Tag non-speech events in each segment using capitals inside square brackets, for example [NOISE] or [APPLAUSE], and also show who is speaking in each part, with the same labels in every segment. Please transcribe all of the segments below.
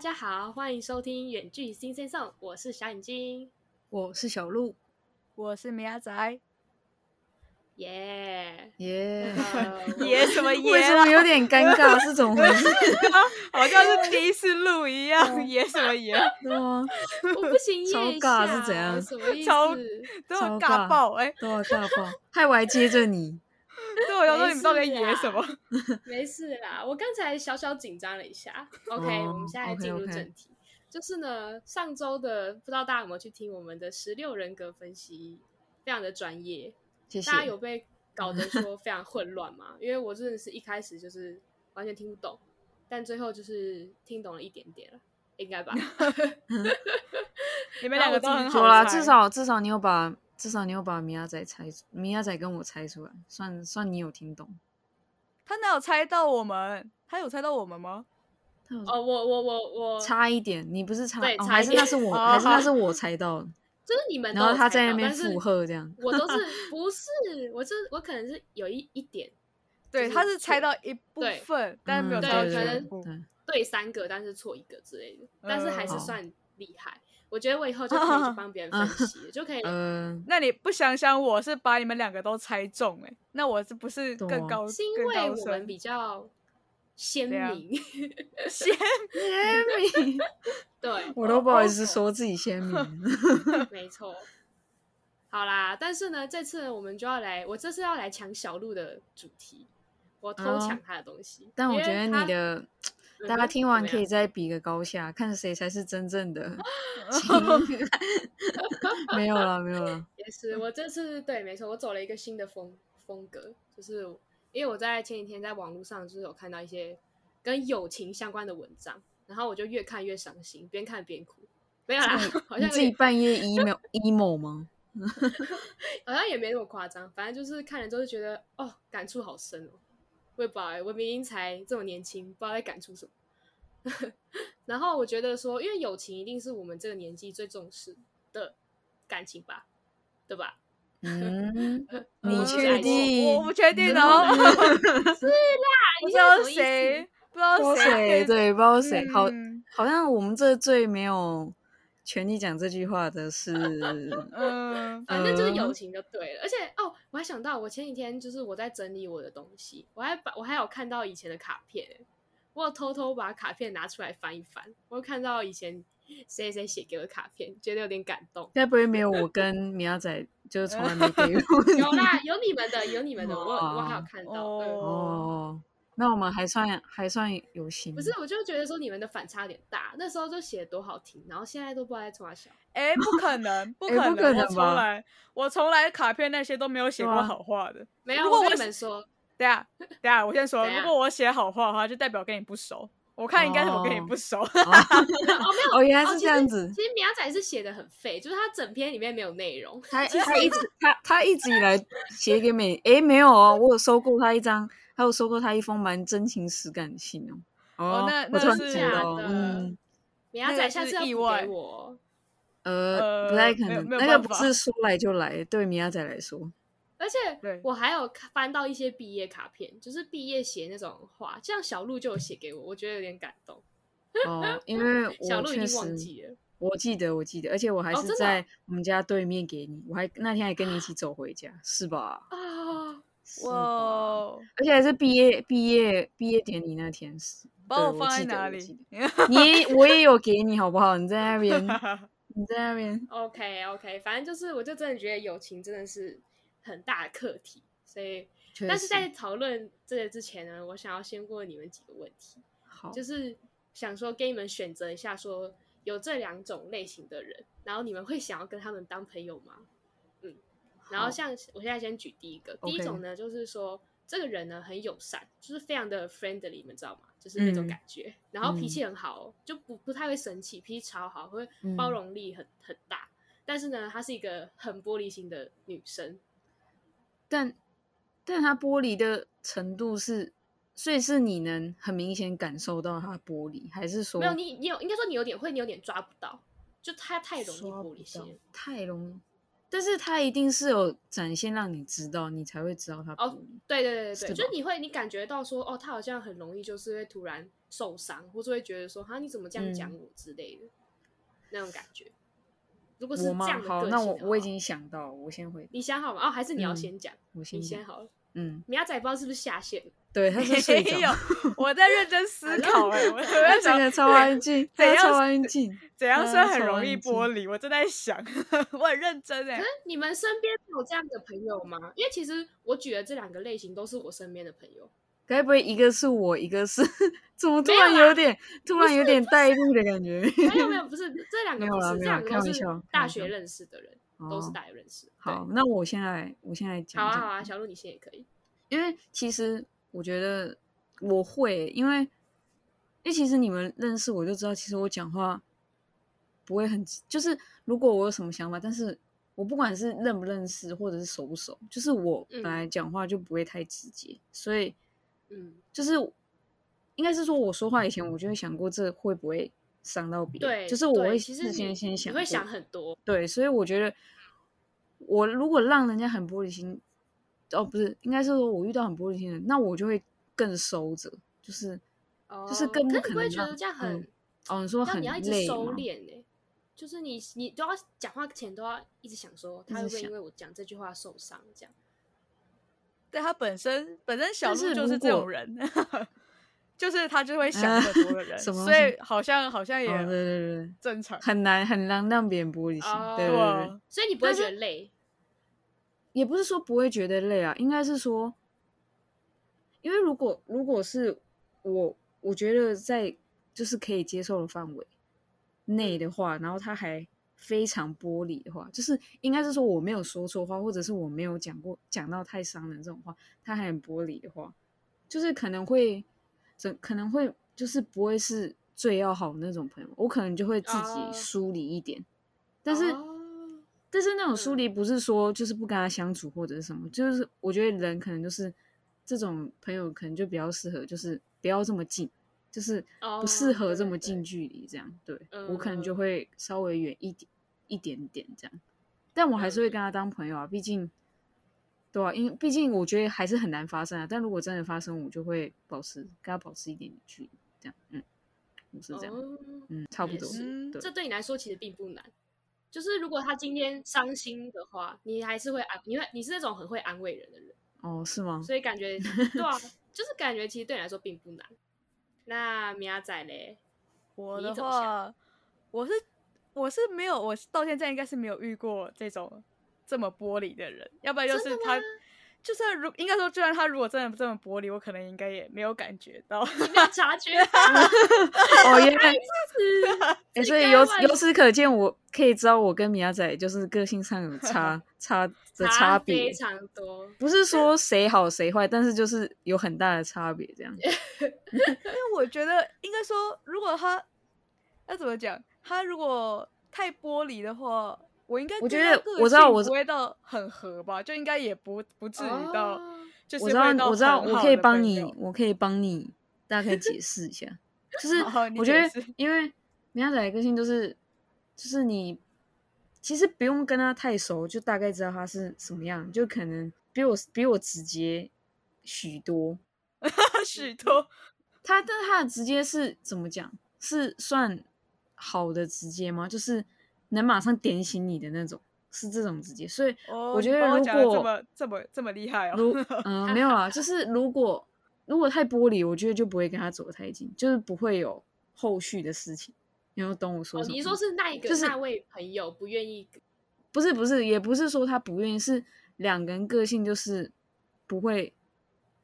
Speaker 1: 家好，欢迎收听《远距新鲜送》，我是小眼睛，
Speaker 2: 我是小鹿，
Speaker 3: 我是米亚 [LAUGHS] 仔，
Speaker 2: [LAUGHS]
Speaker 1: 耶 [LAUGHS] 呃
Speaker 2: 耶、
Speaker 3: 耶什么
Speaker 2: 为
Speaker 3: 耶
Speaker 2: 什
Speaker 3: 啦
Speaker 2: 么？有点尴尬？是怎么回事？
Speaker 3: [LAUGHS] 好像是第一次录一样，耶什么耶，
Speaker 2: 对啊，
Speaker 1: 我不行
Speaker 2: [LAUGHS] 超
Speaker 1: 耶
Speaker 2: 尬
Speaker 1: 下
Speaker 2: 是怎样
Speaker 1: 什么意
Speaker 3: 超
Speaker 1: 思？
Speaker 3: 这
Speaker 2: 超
Speaker 3: 么尬
Speaker 2: 尬
Speaker 3: 爆哎！
Speaker 2: 对啊，大爆！害我还接着你，
Speaker 3: 对我想说
Speaker 1: 没
Speaker 3: 你们到底在
Speaker 1: 事
Speaker 3: 耶什么？
Speaker 1: [LAUGHS] 没事啦，我刚才小小紧张了一下。OK，、
Speaker 2: 哦
Speaker 1: 我们现在进入
Speaker 2: OK，OK
Speaker 1: 正题。就是呢，上周的不知道大家有没有去听我们的十六人格分析，非常的专业。
Speaker 2: 谢谢
Speaker 1: 大。家有被搞得说非常混乱吗？因为我真的是一开始就是完全听不懂，但最后就是听懂了一点点了，应该
Speaker 2: [LAUGHS]
Speaker 1: 吧？
Speaker 3: 你们两个都很好
Speaker 2: 有啦，
Speaker 3: 猜
Speaker 2: 至少至少你有把至少你有把米亚仔猜米亚仔跟我猜出来，算算你有听懂。
Speaker 3: 他哪有猜到我们？他有猜到我们吗？
Speaker 2: 他有
Speaker 1: 哦，我我我我，就
Speaker 2: 差一点，你不是差，
Speaker 1: 对差
Speaker 2: 哦、
Speaker 1: 一
Speaker 2: 还是那
Speaker 1: 点
Speaker 2: 是我，
Speaker 3: 哦
Speaker 2: 还是那
Speaker 3: 好
Speaker 2: 是我猜到的。
Speaker 1: 是你们都
Speaker 2: 然后
Speaker 1: 有
Speaker 2: 他
Speaker 1: 猜
Speaker 2: 在那
Speaker 1: 到
Speaker 2: 边
Speaker 1: 但是
Speaker 2: 附和这样
Speaker 1: 我都
Speaker 2: [LAUGHS]
Speaker 1: 是不是？我这我可能是有一一点
Speaker 3: 对，
Speaker 1: 就是
Speaker 3: 他是猜
Speaker 1: 错
Speaker 3: 到一部
Speaker 1: 对
Speaker 3: 分，但是没有
Speaker 2: 嗯
Speaker 3: 猜
Speaker 1: 到
Speaker 3: 到
Speaker 2: 对
Speaker 1: 可
Speaker 2: 对
Speaker 3: 全
Speaker 1: 能
Speaker 3: 部。
Speaker 2: 对
Speaker 1: 对三个，但是错一个之类的，但是还是
Speaker 2: 嗯
Speaker 1: 算厉害。我觉得我以后就可以去帮别人分析，
Speaker 2: [LAUGHS]
Speaker 1: 就可以
Speaker 2: 对，嗯、
Speaker 3: 那你不想想，我是把你们两个都猜中哎、那我是不是
Speaker 2: 对
Speaker 3: 更
Speaker 2: 啊
Speaker 3: 高？
Speaker 1: 是因
Speaker 3: 更
Speaker 1: 为
Speaker 3: 高
Speaker 1: 我
Speaker 3: 深啊
Speaker 1: 们比较鲜
Speaker 3: 对啊
Speaker 1: 明， [LAUGHS]
Speaker 3: 先
Speaker 1: 嗯
Speaker 2: 鲜明，
Speaker 1: 对，
Speaker 2: [LAUGHS] 我都不好意思说自
Speaker 1: [LAUGHS]
Speaker 2: 己鲜明。
Speaker 1: 没错。好啦，但是呢，这次我们就要来，我这次要来抢小鹿的主题，我偷
Speaker 2: 哦
Speaker 1: 抢他的东西。
Speaker 2: 但我
Speaker 1: 因为
Speaker 2: 觉得
Speaker 1: 他
Speaker 2: 你的，
Speaker 1: 嗯
Speaker 2: 大家
Speaker 1: 哼
Speaker 2: 听完
Speaker 1: 怎么
Speaker 2: 可以
Speaker 1: 样
Speaker 2: 再比个高下，看谁才是真
Speaker 1: [LAUGHS]
Speaker 2: 正的情人。 [LAUGHS] 没有了，没有了。
Speaker 1: 也是，我这次对，没错，我走了一个新的风风格，就是因为我在前几天在网络上就是有看到一些跟友情相关的文章，然后我就越看越伤心，边看边哭。没有啦， [LAUGHS] 好
Speaker 2: 你
Speaker 1: 像
Speaker 2: 自
Speaker 1: 也
Speaker 2: 己半夜 emo emo 吗？
Speaker 1: 好像也没那么夸张，反正就是看了之后就觉得哦，感触好深哦。我也不知道欸，我明明才这么年轻，不知道在感触什么。 [LAUGHS] 然后我觉得说，因为友情一定是我们这个年纪最重视的感情吧，对吧？
Speaker 2: 嗯，
Speaker 3: 嗯
Speaker 2: 你
Speaker 1: 我
Speaker 2: 确
Speaker 1: 不
Speaker 2: 定？
Speaker 3: 我不确定
Speaker 1: 啊
Speaker 3: 哦，不知道谁，不
Speaker 2: 不知
Speaker 3: 知道
Speaker 2: 道
Speaker 1: 啊
Speaker 2: 谁
Speaker 3: 谁可以，
Speaker 2: 对，不知道谁。好，
Speaker 3: 嗯
Speaker 2: 好像我们这最没有权利讲这句话的是
Speaker 1: [LAUGHS]
Speaker 3: 嗯，
Speaker 1: 反正就是
Speaker 2: 嗯。
Speaker 1: 友情就对了。而且哦，我还想到，我前几天就是我在整理我的东西，我还把我还有看到以前的卡片欸，我有偷偷把卡片拿出来翻一翻，我有看到以前谁谁写给我的卡片，觉得有点感动
Speaker 2: [LAUGHS] 该不会没有我跟米亚仔，就是从来没给
Speaker 1: [LAUGHS]
Speaker 2: 过你
Speaker 1: 有啦，有你们的，有你们的，我有我还有看到。嗯
Speaker 3: 哦
Speaker 2: 哦，那我们还算还算有心。哦
Speaker 1: 不 [LAUGHS] 是，我就觉得说你们的反差有点大，那时候就写的多好听，然后现在都不知道在冲哪笑。
Speaker 3: 哎、不可能，不
Speaker 2: 哎
Speaker 3: 可能，
Speaker 2: 不可
Speaker 3: 我
Speaker 2: 能
Speaker 3: 从
Speaker 2: 吧
Speaker 3: 来我从来卡片那些都没有写
Speaker 2: 对
Speaker 3: 过
Speaker 2: 啊
Speaker 3: 好话的。
Speaker 1: 没有，
Speaker 3: 如果
Speaker 1: 我
Speaker 3: 我
Speaker 1: 跟你
Speaker 3: 是
Speaker 1: 们说，
Speaker 3: 等一下，等一下，我先说，
Speaker 1: 怎
Speaker 3: 如
Speaker 1: 样
Speaker 3: 果我写好话的话，就代表跟你不熟。我看应该是我跟你
Speaker 2: 哦
Speaker 3: 不熟，
Speaker 2: 哦，哦，原来
Speaker 1: 哦
Speaker 2: 是
Speaker 1: 其
Speaker 2: 这样
Speaker 1: 实
Speaker 2: 子。
Speaker 1: 其实苗仔是写的很废，就是他整篇里面没有内容。
Speaker 2: 他他一直他他一直以来写给美诶，没有哦，我有收过他一张，还有收过他一封蛮真情实感的信哦。
Speaker 3: 哦那
Speaker 2: 我突然
Speaker 3: 那是
Speaker 2: 知道，
Speaker 1: 假的
Speaker 2: 嗯，
Speaker 1: 苗啊仔下次要
Speaker 3: 那个是意
Speaker 1: 补
Speaker 3: 外
Speaker 1: 给我，
Speaker 2: 呃，
Speaker 3: 呃
Speaker 2: 不太可
Speaker 3: 没有
Speaker 2: 能，
Speaker 3: 没有
Speaker 2: 那个
Speaker 3: 办
Speaker 2: 不
Speaker 3: 法
Speaker 2: 是说来就来，对米亚仔来说，
Speaker 1: 而且
Speaker 3: 对 [LAUGHS]
Speaker 1: 我还有看翻到一些毕业卡片，就是毕业写那种话，像小鹿就有写给我，我觉得有点感动。
Speaker 2: 哦，因为
Speaker 3: [LAUGHS]
Speaker 1: 小
Speaker 2: 我
Speaker 1: 鹿
Speaker 2: 确
Speaker 1: 已
Speaker 2: 实
Speaker 1: 经忘记了，
Speaker 2: 我记得，我记得，而且我还
Speaker 1: 哦真
Speaker 2: 是
Speaker 1: 的哦
Speaker 2: 在我们家对面给你，我还那天还跟你一起走回家，是吧？
Speaker 1: 啊，
Speaker 2: 是
Speaker 3: 哇
Speaker 2: 吧，
Speaker 3: 哦，
Speaker 2: 而且还是毕业毕业毕业典礼那天是，
Speaker 3: 把我
Speaker 2: 对
Speaker 3: 放在
Speaker 2: 记得
Speaker 3: 哪
Speaker 2: 我
Speaker 3: 里
Speaker 2: 记得？
Speaker 1: [LAUGHS]
Speaker 3: [LAUGHS]
Speaker 2: 嗯你也我也有给你好不好？你在那边，你在那边，
Speaker 1: OK OK，反正就是，我就真的觉得友情真的是很大的课题。所以，
Speaker 2: 确
Speaker 1: 但是
Speaker 2: 实
Speaker 1: 在讨论这个之前呢，我想要先问你们几个问题，
Speaker 2: 好
Speaker 1: 就是想说给你们选择一下说有这两种类型的人，然后你们会想要跟他们当朋友吗？嗯，然后
Speaker 2: 好
Speaker 1: 像我现在先举第一个，第一
Speaker 2: OK
Speaker 1: 种呢就是说这个人呢很友善，就是非常的 friendly，你们知道吗？就是那种
Speaker 2: 嗯
Speaker 1: 感觉，然后脾
Speaker 2: 嗯
Speaker 1: 气很好、哦，就不不太会生气，脾气超好，会包
Speaker 2: 嗯
Speaker 1: 容力很很大。但是呢，她是一个很玻璃心的女生，
Speaker 2: 但但它玻璃的程度是，所以是你能很明显感受到它玻璃，还是说
Speaker 1: 没有你，你有应该说你有点会，你有点抓不到，就她太容易
Speaker 2: 刷
Speaker 1: 玻
Speaker 2: 不
Speaker 1: 璃心
Speaker 2: 到
Speaker 1: 了。
Speaker 2: 太容易？但是他一定是有展现让你知道，你才会知道他
Speaker 1: 哦
Speaker 2: 玻璃
Speaker 1: 对对对对
Speaker 2: 是
Speaker 1: 对，
Speaker 2: 吧
Speaker 1: 就你会你感觉到说，哦，他好像很容易就是会突然受伤，或是会觉得说，哈，你怎么这样
Speaker 2: 嗯
Speaker 1: 讲我之类的、那种感觉。如果是
Speaker 2: 我
Speaker 1: 这
Speaker 2: 吗？
Speaker 1: 样的
Speaker 2: 好，
Speaker 1: 个
Speaker 2: 那
Speaker 1: 性啊
Speaker 2: 我
Speaker 1: 的
Speaker 2: 我已
Speaker 1: 话
Speaker 2: 经想到了，我先回，
Speaker 1: 你想好吗？哦，还是你要
Speaker 2: 嗯
Speaker 1: 先讲、
Speaker 2: 我
Speaker 1: 你
Speaker 2: 先
Speaker 1: 先
Speaker 2: 讲。
Speaker 1: 好了。
Speaker 2: 嗯，
Speaker 1: 米亚仔不知道是不是下线，
Speaker 2: 对，他
Speaker 3: [LAUGHS]
Speaker 2: 是
Speaker 1: [LAUGHS]
Speaker 2: 睡
Speaker 3: 没有
Speaker 2: 着，，
Speaker 3: 我在认真思考哎、
Speaker 2: [LAUGHS]
Speaker 3: 我我在
Speaker 2: 他整
Speaker 3: 想
Speaker 2: 个嗯超
Speaker 1: [LAUGHS]
Speaker 2: 安静，他
Speaker 3: 怎样
Speaker 2: 超安静。
Speaker 3: 怎样
Speaker 2: 他
Speaker 3: 算很
Speaker 2: 超
Speaker 3: 容易
Speaker 2: 安静
Speaker 3: 剥离，我正在想， [LAUGHS] 我很认真哎、
Speaker 1: 可是你们身边有这样的朋友吗？因为其实我举的这两个类型都是我身边的朋友。
Speaker 2: 该不会一个是我，一个是怎么突
Speaker 1: 没有
Speaker 2: 然
Speaker 1: 啦
Speaker 2: 有点突然有点带入的感觉？ [LAUGHS]
Speaker 1: 没有没有，不是这两个
Speaker 2: 没有
Speaker 1: 不
Speaker 2: 啦
Speaker 1: 是，这
Speaker 2: 没有
Speaker 1: 两个
Speaker 2: 开
Speaker 1: 都
Speaker 2: 玩
Speaker 1: 是
Speaker 2: 笑开
Speaker 1: 大
Speaker 2: 玩
Speaker 1: 学
Speaker 2: 笑
Speaker 1: 认识的人，都是
Speaker 2: 哦
Speaker 1: 大学认识。对
Speaker 2: 好，，那我先来，我先来讲
Speaker 1: 好啊
Speaker 2: 讲。
Speaker 1: 好啊，小鹿你先也可以。
Speaker 2: 因为其实我觉得我会，因为因为其实你们认识我就知道，其实我讲话不会很，就是如果我有什么想法，但是我不管是认不认识或者是熟不熟，就是我本来讲话就不会太直接，所以
Speaker 1: 嗯，
Speaker 2: 就是应该是说我说话以前，我就会想过这会不会伤到别人，
Speaker 1: 对，
Speaker 2: 就是我
Speaker 1: 对
Speaker 2: 会
Speaker 1: 其实
Speaker 2: 事先
Speaker 1: 你
Speaker 2: 先想
Speaker 1: 你
Speaker 2: 过，
Speaker 1: 会想很多。
Speaker 2: 对，所以我觉得我如果让人家很玻璃心，哦，不是，应该是说我遇到很玻璃心的人，那我就会更收着，就是
Speaker 1: 哦
Speaker 2: 就是更不
Speaker 1: 可是你
Speaker 2: 可
Speaker 1: 不会
Speaker 2: 能
Speaker 1: 觉得
Speaker 2: 让
Speaker 1: 这样
Speaker 2: 嗯
Speaker 1: 很，
Speaker 2: 哦，你说
Speaker 1: 要
Speaker 2: 很
Speaker 1: 你要一直
Speaker 2: 累哦
Speaker 1: 收
Speaker 2: 吗
Speaker 1: 敛啊呢？就是你你都要讲话前都要一直想说，他
Speaker 2: 直
Speaker 1: 会不会
Speaker 2: 想
Speaker 1: 因为我讲这句话受伤？这样
Speaker 3: 对他本身本身
Speaker 2: 但
Speaker 3: 小鹿
Speaker 2: 是
Speaker 3: 就
Speaker 2: 如
Speaker 3: 是这种
Speaker 2: 果啊
Speaker 3: 人， [LAUGHS] 就是他就会想很多的人，
Speaker 2: 什么
Speaker 3: 所以
Speaker 2: 东
Speaker 3: 好像好像也
Speaker 2: 哦，对对对，
Speaker 3: 正常。啊
Speaker 2: 很难很难让别人玻璃心，对对对
Speaker 3: 哇，
Speaker 1: 所以你不会
Speaker 2: 但
Speaker 1: 觉
Speaker 2: 是
Speaker 1: 得累？
Speaker 2: 也不是说不会觉得累啊，应该是说，因为如果如果是我，我觉得在就是可以接受的范围内的话，然后他还非常玻璃的话，就是应该是说我没有说错话，或者是我没有讲过讲到太伤人这种话，他还很玻璃的话，就是可能会整可能会就是不会是最要好的那种朋友，我可能就会自
Speaker 1: 哦
Speaker 2: 己疏离一点，但是。
Speaker 1: 哦
Speaker 2: 但是那种疏
Speaker 1: 嗯
Speaker 2: 离不是说就是不跟他相处或者是什么，就是我觉得人可能就是这种朋友可能就比较适合，就是不要这么近，就是不适
Speaker 1: 哦
Speaker 2: 合
Speaker 1: 对
Speaker 2: 这
Speaker 1: 对嗯
Speaker 2: 么近
Speaker 1: 对
Speaker 2: 距离这样。对我可能就会稍微远一点一点点这样，但我还
Speaker 1: 嗯
Speaker 2: 是会跟他当朋友啊，毕竟对啊，因为毕竟我觉得还是很难发生啊。但如果真的发生，我就会保持跟他保持一点点距离，这样，嗯，我是这样，
Speaker 1: 哦
Speaker 2: 嗯，差不
Speaker 1: 也
Speaker 2: 多，
Speaker 3: 是
Speaker 2: 对
Speaker 1: 这对你来说其实并不难。就是如果他今天伤心的话，你还是会安，你会你是那种很会安慰人的人，
Speaker 2: 哦，是吗？
Speaker 1: 所以感觉对
Speaker 2: [LAUGHS]
Speaker 1: 啊，就是感觉其实对你来说并不难。那米亚仔嘞，
Speaker 3: 我
Speaker 1: 你
Speaker 3: 的
Speaker 1: 怎么想
Speaker 3: 话，我是我是没有，我是到现在应该是没有遇过这种这么玻璃的人，要不然就
Speaker 1: 真
Speaker 3: 是
Speaker 1: 的
Speaker 3: 他
Speaker 1: 吗，
Speaker 3: 就算如应该说，就算他如果真的这么玻璃，我可能应该也没有感觉到。
Speaker 1: 你没有 [LAUGHS] 察觉
Speaker 2: [LAUGHS]
Speaker 1: 到 [LAUGHS]
Speaker 2: 哦，原来
Speaker 1: 是
Speaker 2: 欸、
Speaker 1: 自己
Speaker 2: 所以
Speaker 1: 跟
Speaker 2: 由
Speaker 1: 他玩
Speaker 2: 由此可见，我可以知道我跟米亚仔就是个性上有差
Speaker 3: [LAUGHS]
Speaker 2: 差的差别
Speaker 1: 非，常多。
Speaker 2: 不是说谁好谁坏，但是就是有很大的差别这样。
Speaker 3: 但我觉得应该说，如果他要怎么讲，他如果太玻璃的话，我应该
Speaker 2: 我
Speaker 3: 对
Speaker 2: 觉
Speaker 3: 他
Speaker 2: 得
Speaker 3: 个
Speaker 2: 我知道
Speaker 3: 性
Speaker 2: 我
Speaker 3: 不会到很合吧，就应该也不不至于到、
Speaker 1: 哦
Speaker 3: 就是
Speaker 2: 我知道
Speaker 3: 会，到
Speaker 2: 我知道，
Speaker 3: 很
Speaker 2: 我
Speaker 3: 好
Speaker 2: 可以
Speaker 3: 的
Speaker 2: 帮
Speaker 3: 朋
Speaker 2: 你
Speaker 3: [LAUGHS] 友，
Speaker 2: 我可以帮你，大家可以解释一下。就是
Speaker 3: [LAUGHS] 好你
Speaker 2: 我觉
Speaker 3: 解
Speaker 2: 得
Speaker 3: 释，
Speaker 2: 因为米亚仔的个性就是，就是你其实不用跟他太熟，就大概知道他是什么样，就可能比我比我直接许多，
Speaker 3: 许多
Speaker 2: 他但是他的直接是怎么讲？是算好的直接吗？就是能马上点醒你的那种，是这种直接。所以
Speaker 3: 哦，
Speaker 2: 我
Speaker 3: 你
Speaker 2: 觉得
Speaker 3: 把我
Speaker 2: 如
Speaker 3: 讲得这
Speaker 2: 果
Speaker 3: 么 [LAUGHS] 这么这么厉害
Speaker 2: 如
Speaker 3: 哦，
Speaker 2: 嗯、没有啊，就是如果如果太玻璃，我觉得就不会跟他走得太近，就是不会有后续的事情。你有懂我说
Speaker 1: 哦，
Speaker 2: 什么吗？
Speaker 1: 你说是那一个、
Speaker 2: 就是
Speaker 1: 那位朋友不愿意
Speaker 2: 不是不是，也不是说他不愿意，是两个人个性就是不会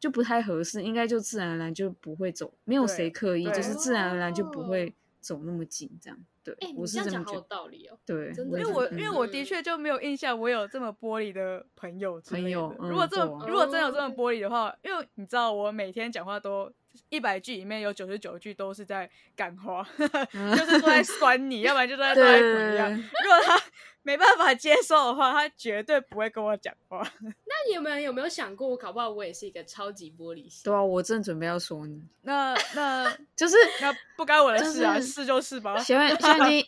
Speaker 2: 就不太合适，应该就自然而然就不不会走，没有
Speaker 3: 对
Speaker 2: 谁刻意，就
Speaker 3: 对
Speaker 2: 是自然而然就
Speaker 1: 哦
Speaker 2: 不会走那么近，这样对
Speaker 1: 哎、，你
Speaker 2: 我
Speaker 1: 这
Speaker 2: 是
Speaker 1: 样
Speaker 2: 这
Speaker 1: 讲
Speaker 2: 么
Speaker 1: 好
Speaker 2: 觉
Speaker 1: 有
Speaker 2: 得。
Speaker 1: 道理哦。
Speaker 2: 对，
Speaker 1: 真
Speaker 3: 因
Speaker 1: 的
Speaker 3: 为
Speaker 2: 也是
Speaker 3: 我
Speaker 2: 这么
Speaker 3: 因为
Speaker 2: 觉
Speaker 3: 我
Speaker 1: 嗯
Speaker 3: 的确就没有印象，我有这么玻璃的朋友之
Speaker 2: 朋
Speaker 3: 类的
Speaker 2: 友
Speaker 3: 如果
Speaker 2: 嗯
Speaker 3: 这
Speaker 2: 对
Speaker 3: 么
Speaker 2: 啊
Speaker 3: 如果真的有这
Speaker 1: 哦
Speaker 3: 么玻璃的话，因为你知道我每天讲话都一百句里面有九十九句都是在感化， [LAUGHS] 就是都在酸你，要不然就
Speaker 2: [LAUGHS]
Speaker 3: 都在都在怎么样。
Speaker 2: 对
Speaker 3: 如果他没办法接受的话，他绝对不会跟我讲话。
Speaker 1: 那你有没有有没有想过，搞不好我也是一个超级玻璃心？
Speaker 2: 对
Speaker 3: [LAUGHS]
Speaker 2: 啊，我正准备要说你，
Speaker 3: 那那
Speaker 2: 就是
Speaker 3: 那不干我的事啊，
Speaker 2: 就是
Speaker 3: 就是吧。
Speaker 2: 小眼小眼睛，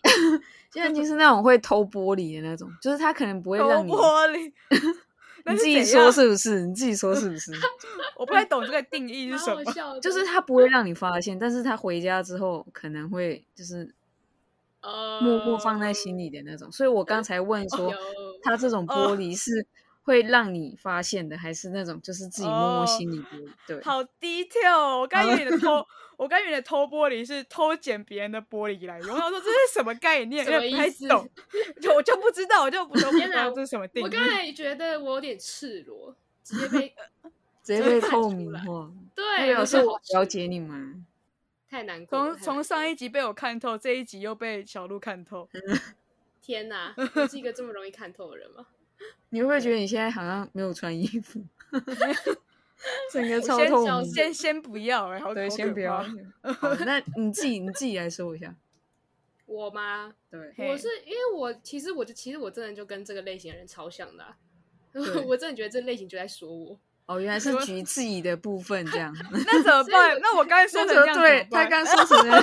Speaker 2: 小眼睛是那种会偷玻璃的那种，就是他可能不会
Speaker 3: 头
Speaker 2: 让你，
Speaker 3: 玻璃， [LAUGHS] 那
Speaker 2: 你
Speaker 3: 是
Speaker 2: 自己
Speaker 3: 怎
Speaker 2: 说
Speaker 3: 样，
Speaker 2: 是不是？你自己说是不
Speaker 3: [LAUGHS]
Speaker 2: 是？
Speaker 3: 我不太懂这个定义
Speaker 1: [LAUGHS]
Speaker 3: 是
Speaker 1: 蛮
Speaker 3: 什
Speaker 1: 好
Speaker 3: 么。
Speaker 1: 笑的，
Speaker 2: [LAUGHS] 就是他不会让你发现，但是他回家之后可能会就是
Speaker 1: 呃
Speaker 2: 默
Speaker 3: 嗯
Speaker 2: 默放在心里的那种。所以我刚才问
Speaker 3: 哦
Speaker 2: 说
Speaker 1: 有，
Speaker 2: [LAUGHS] 他这种玻璃是会让你发现的，还是那种就是自己默默
Speaker 3: 哦
Speaker 2: 心里玻璃？对，
Speaker 3: 好 detail，哦我刚以为你的偷，我刚以为你的偷玻璃是偷捡别人的玻璃来用，我想说这是什么概念？
Speaker 1: 什
Speaker 3: 因
Speaker 1: 么
Speaker 3: 为不太
Speaker 1: 意思
Speaker 3: 懂，就我就不知道，我就不都不
Speaker 1: 天
Speaker 3: 知
Speaker 1: 哪
Speaker 3: 道这是什么定
Speaker 1: 我
Speaker 3: 义。
Speaker 1: 刚才觉得我有点赤裸，直接
Speaker 2: [LAUGHS]
Speaker 1: 被
Speaker 2: 直接
Speaker 1: 真
Speaker 2: 被
Speaker 1: 看出
Speaker 2: 透明
Speaker 1: 来
Speaker 2: 化。那
Speaker 1: 对，
Speaker 2: 表示
Speaker 1: 觉得
Speaker 2: 我
Speaker 1: 好
Speaker 2: 了
Speaker 1: 赤
Speaker 2: 解你们。
Speaker 1: 太难过了。
Speaker 3: 从
Speaker 1: 太
Speaker 3: 从
Speaker 1: 难过
Speaker 3: 上
Speaker 1: 了
Speaker 3: 一集被我看透，这一集又被小鹿看透。
Speaker 1: 天哪，我是一个这么容易看透的人吗？
Speaker 2: 你会不会觉得你现在好像没有穿衣
Speaker 3: [LAUGHS]
Speaker 2: 服？整个超
Speaker 3: 先
Speaker 2: 透
Speaker 1: 小
Speaker 2: 明。
Speaker 3: 先先不要、哎，好
Speaker 2: 对，
Speaker 3: 好
Speaker 2: 先
Speaker 3: 可
Speaker 2: 不要
Speaker 3: 怕。
Speaker 2: 好，
Speaker 3: [LAUGHS]
Speaker 2: 那你自己你自己来说一下。
Speaker 1: 我吗？
Speaker 2: 对，
Speaker 3: 嘿
Speaker 1: 我是因为我其实我就其实我真的就跟这个类型的人超像的啊、 [LAUGHS]
Speaker 2: 对
Speaker 1: 我真的觉得这类型就在说我。
Speaker 3: [LAUGHS]
Speaker 2: 哦，原来是
Speaker 3: 说
Speaker 2: 举自己的部分这
Speaker 3: [LAUGHS]
Speaker 2: 样。
Speaker 3: 那怎么办？那我刚才说
Speaker 2: 那
Speaker 3: 的
Speaker 2: 就
Speaker 3: 样怎
Speaker 2: 对
Speaker 3: 么
Speaker 2: 他
Speaker 3: 办
Speaker 2: 刚说什么？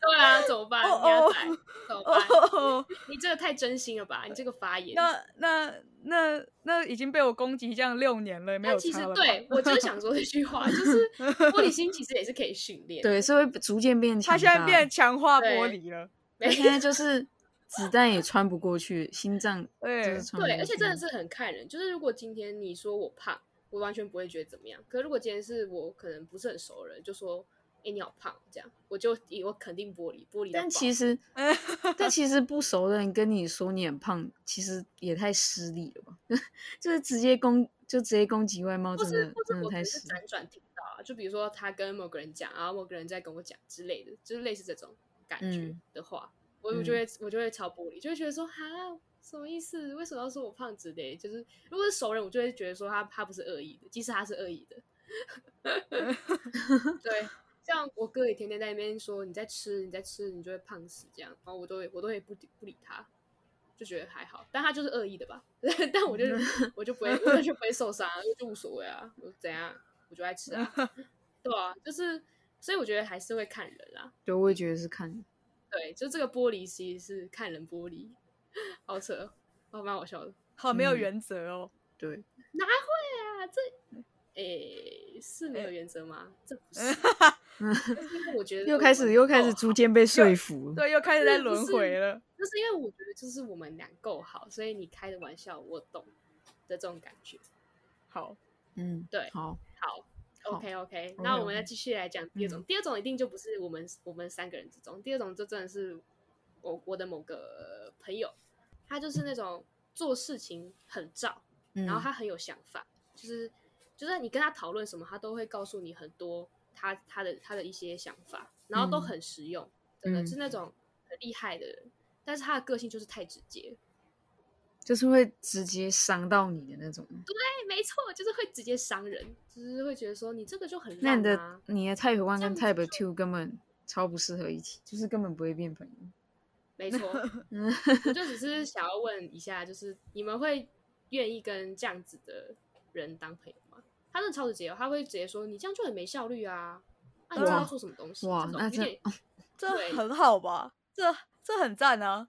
Speaker 1: 对啊，怎么办？
Speaker 3: 哦
Speaker 1: 你要
Speaker 3: 哦
Speaker 1: 在怎么办？
Speaker 3: 哦，
Speaker 1: 你这个太真心了吧？你这个发言，
Speaker 3: 那那那那已经被我攻击这样六年了，没
Speaker 1: 但
Speaker 3: 有
Speaker 1: 其实
Speaker 3: 差了吧。
Speaker 1: 对我就是想说这句话，就是玻璃心其实也是可以训练。，
Speaker 2: [LAUGHS] 对，是会逐渐变强大。
Speaker 3: 他现在变强化玻
Speaker 1: 对
Speaker 3: 璃了。
Speaker 2: 他现在就是子弹也穿不过去，心脏就
Speaker 3: 对
Speaker 2: 是，穿不
Speaker 1: 对，
Speaker 2: 过
Speaker 1: 而且
Speaker 3: 嗯
Speaker 1: 真的
Speaker 2: 去
Speaker 1: 是很看人。就是如果今天你说我胖，我完全不会觉得怎么样。可是如果今天是我可能不是很熟的人，就说哎、诶你好胖这样，我就我肯定玻璃玻璃到爆。
Speaker 2: 但其
Speaker 1: [LAUGHS]
Speaker 2: 实，但其实不熟的人跟你说你很胖，其实也太失礼了吧？ [LAUGHS] 就是直接攻，就直接攻击外貌，
Speaker 1: 或
Speaker 2: 真
Speaker 1: 是
Speaker 2: 的
Speaker 1: 或
Speaker 2: 真
Speaker 1: 是
Speaker 2: 的
Speaker 1: 我可
Speaker 2: 嗯太
Speaker 1: 能是
Speaker 2: 失礼。
Speaker 1: 辗转听到啊，就比如说他跟某个人讲，然后某个人在跟我讲之类的，就是类似这种感觉
Speaker 2: 嗯
Speaker 1: 的话，我我
Speaker 2: 嗯
Speaker 1: 就会我就会超玻璃，就会觉得说哈什么意思？为什么要说我胖之类？就是如果是熟人，我就会觉得说他他不是恶意的，即使他是恶意的， [LAUGHS] 对。像我哥也天天在那边说你在吃，你在吃，你就会胖死这样，然后我都会我都会不理不理他，就觉得还好，但他就是恶意的吧， [LAUGHS] 但我就是我就不会，我就不会受伤啊，我就无所谓啊，我怎样我就爱吃啊，对啊，就是所以我觉得还是会看人啊啦，
Speaker 2: 对，我也觉得是看
Speaker 1: 对，就这个玻璃其实是看人玻璃，好扯，哦，蛮好笑的，
Speaker 3: 好没有
Speaker 2: 嗯
Speaker 3: 原则哦。
Speaker 2: 对，
Speaker 1: 对啊，这诶、是没有原则吗？这不是，但是因为我觉得
Speaker 2: 哎 [LAUGHS] 又开始又开始
Speaker 1: 猪。
Speaker 2: 逐渐被说服了。
Speaker 3: 对，哦又开始在
Speaker 1: 是不
Speaker 3: 轮
Speaker 1: 是
Speaker 3: 回了。
Speaker 1: 就是因为我觉得就是我们俩够好，所以你开的玩笑我懂的这种感觉。
Speaker 3: 好，
Speaker 2: 嗯，
Speaker 1: 对
Speaker 2: 好，
Speaker 1: 好
Speaker 2: 好
Speaker 1: ，OK OK，那我们再继续来讲第二种，
Speaker 2: 嗯
Speaker 1: 第二种一定就不是我们我们三个人之中，第二种就真的是我我的某个朋友，他就是那种做事情很照，
Speaker 2: 嗯
Speaker 1: 然后他很有想法，就是就是你跟他讨论什么，他都会告诉你很多他他的他的一些想法，然后都
Speaker 2: 嗯
Speaker 1: 很实用，真的、
Speaker 2: 嗯
Speaker 1: 是那种很厉害的人，但是他的个性就是太直接了。
Speaker 2: 就是会直接伤到你的那种。
Speaker 1: 哎没错，就是会直接伤人，就是会觉得说你这个就很
Speaker 2: 那
Speaker 1: 烂
Speaker 2: 你的
Speaker 1: 啊。
Speaker 2: 你的 Type One
Speaker 1: 这样
Speaker 2: 跟
Speaker 1: 子
Speaker 2: Type Two 根本超不适合一起，就是根本不会变朋友。
Speaker 1: 没
Speaker 2: [LAUGHS]
Speaker 1: 错，
Speaker 2: 嗯，
Speaker 1: 我就只是想要问一下，就是你们会愿意跟这样子的人当朋友吗？他真的超直接哦，他会直接说你这样就很没效率啊，那、啊、你知
Speaker 2: 哇
Speaker 1: 道做什么东西？
Speaker 2: 哇
Speaker 1: 这，种
Speaker 2: 那
Speaker 1: 有
Speaker 2: 这
Speaker 1: 点
Speaker 3: 这
Speaker 1: 对
Speaker 3: 很好吧？这这很赞啊！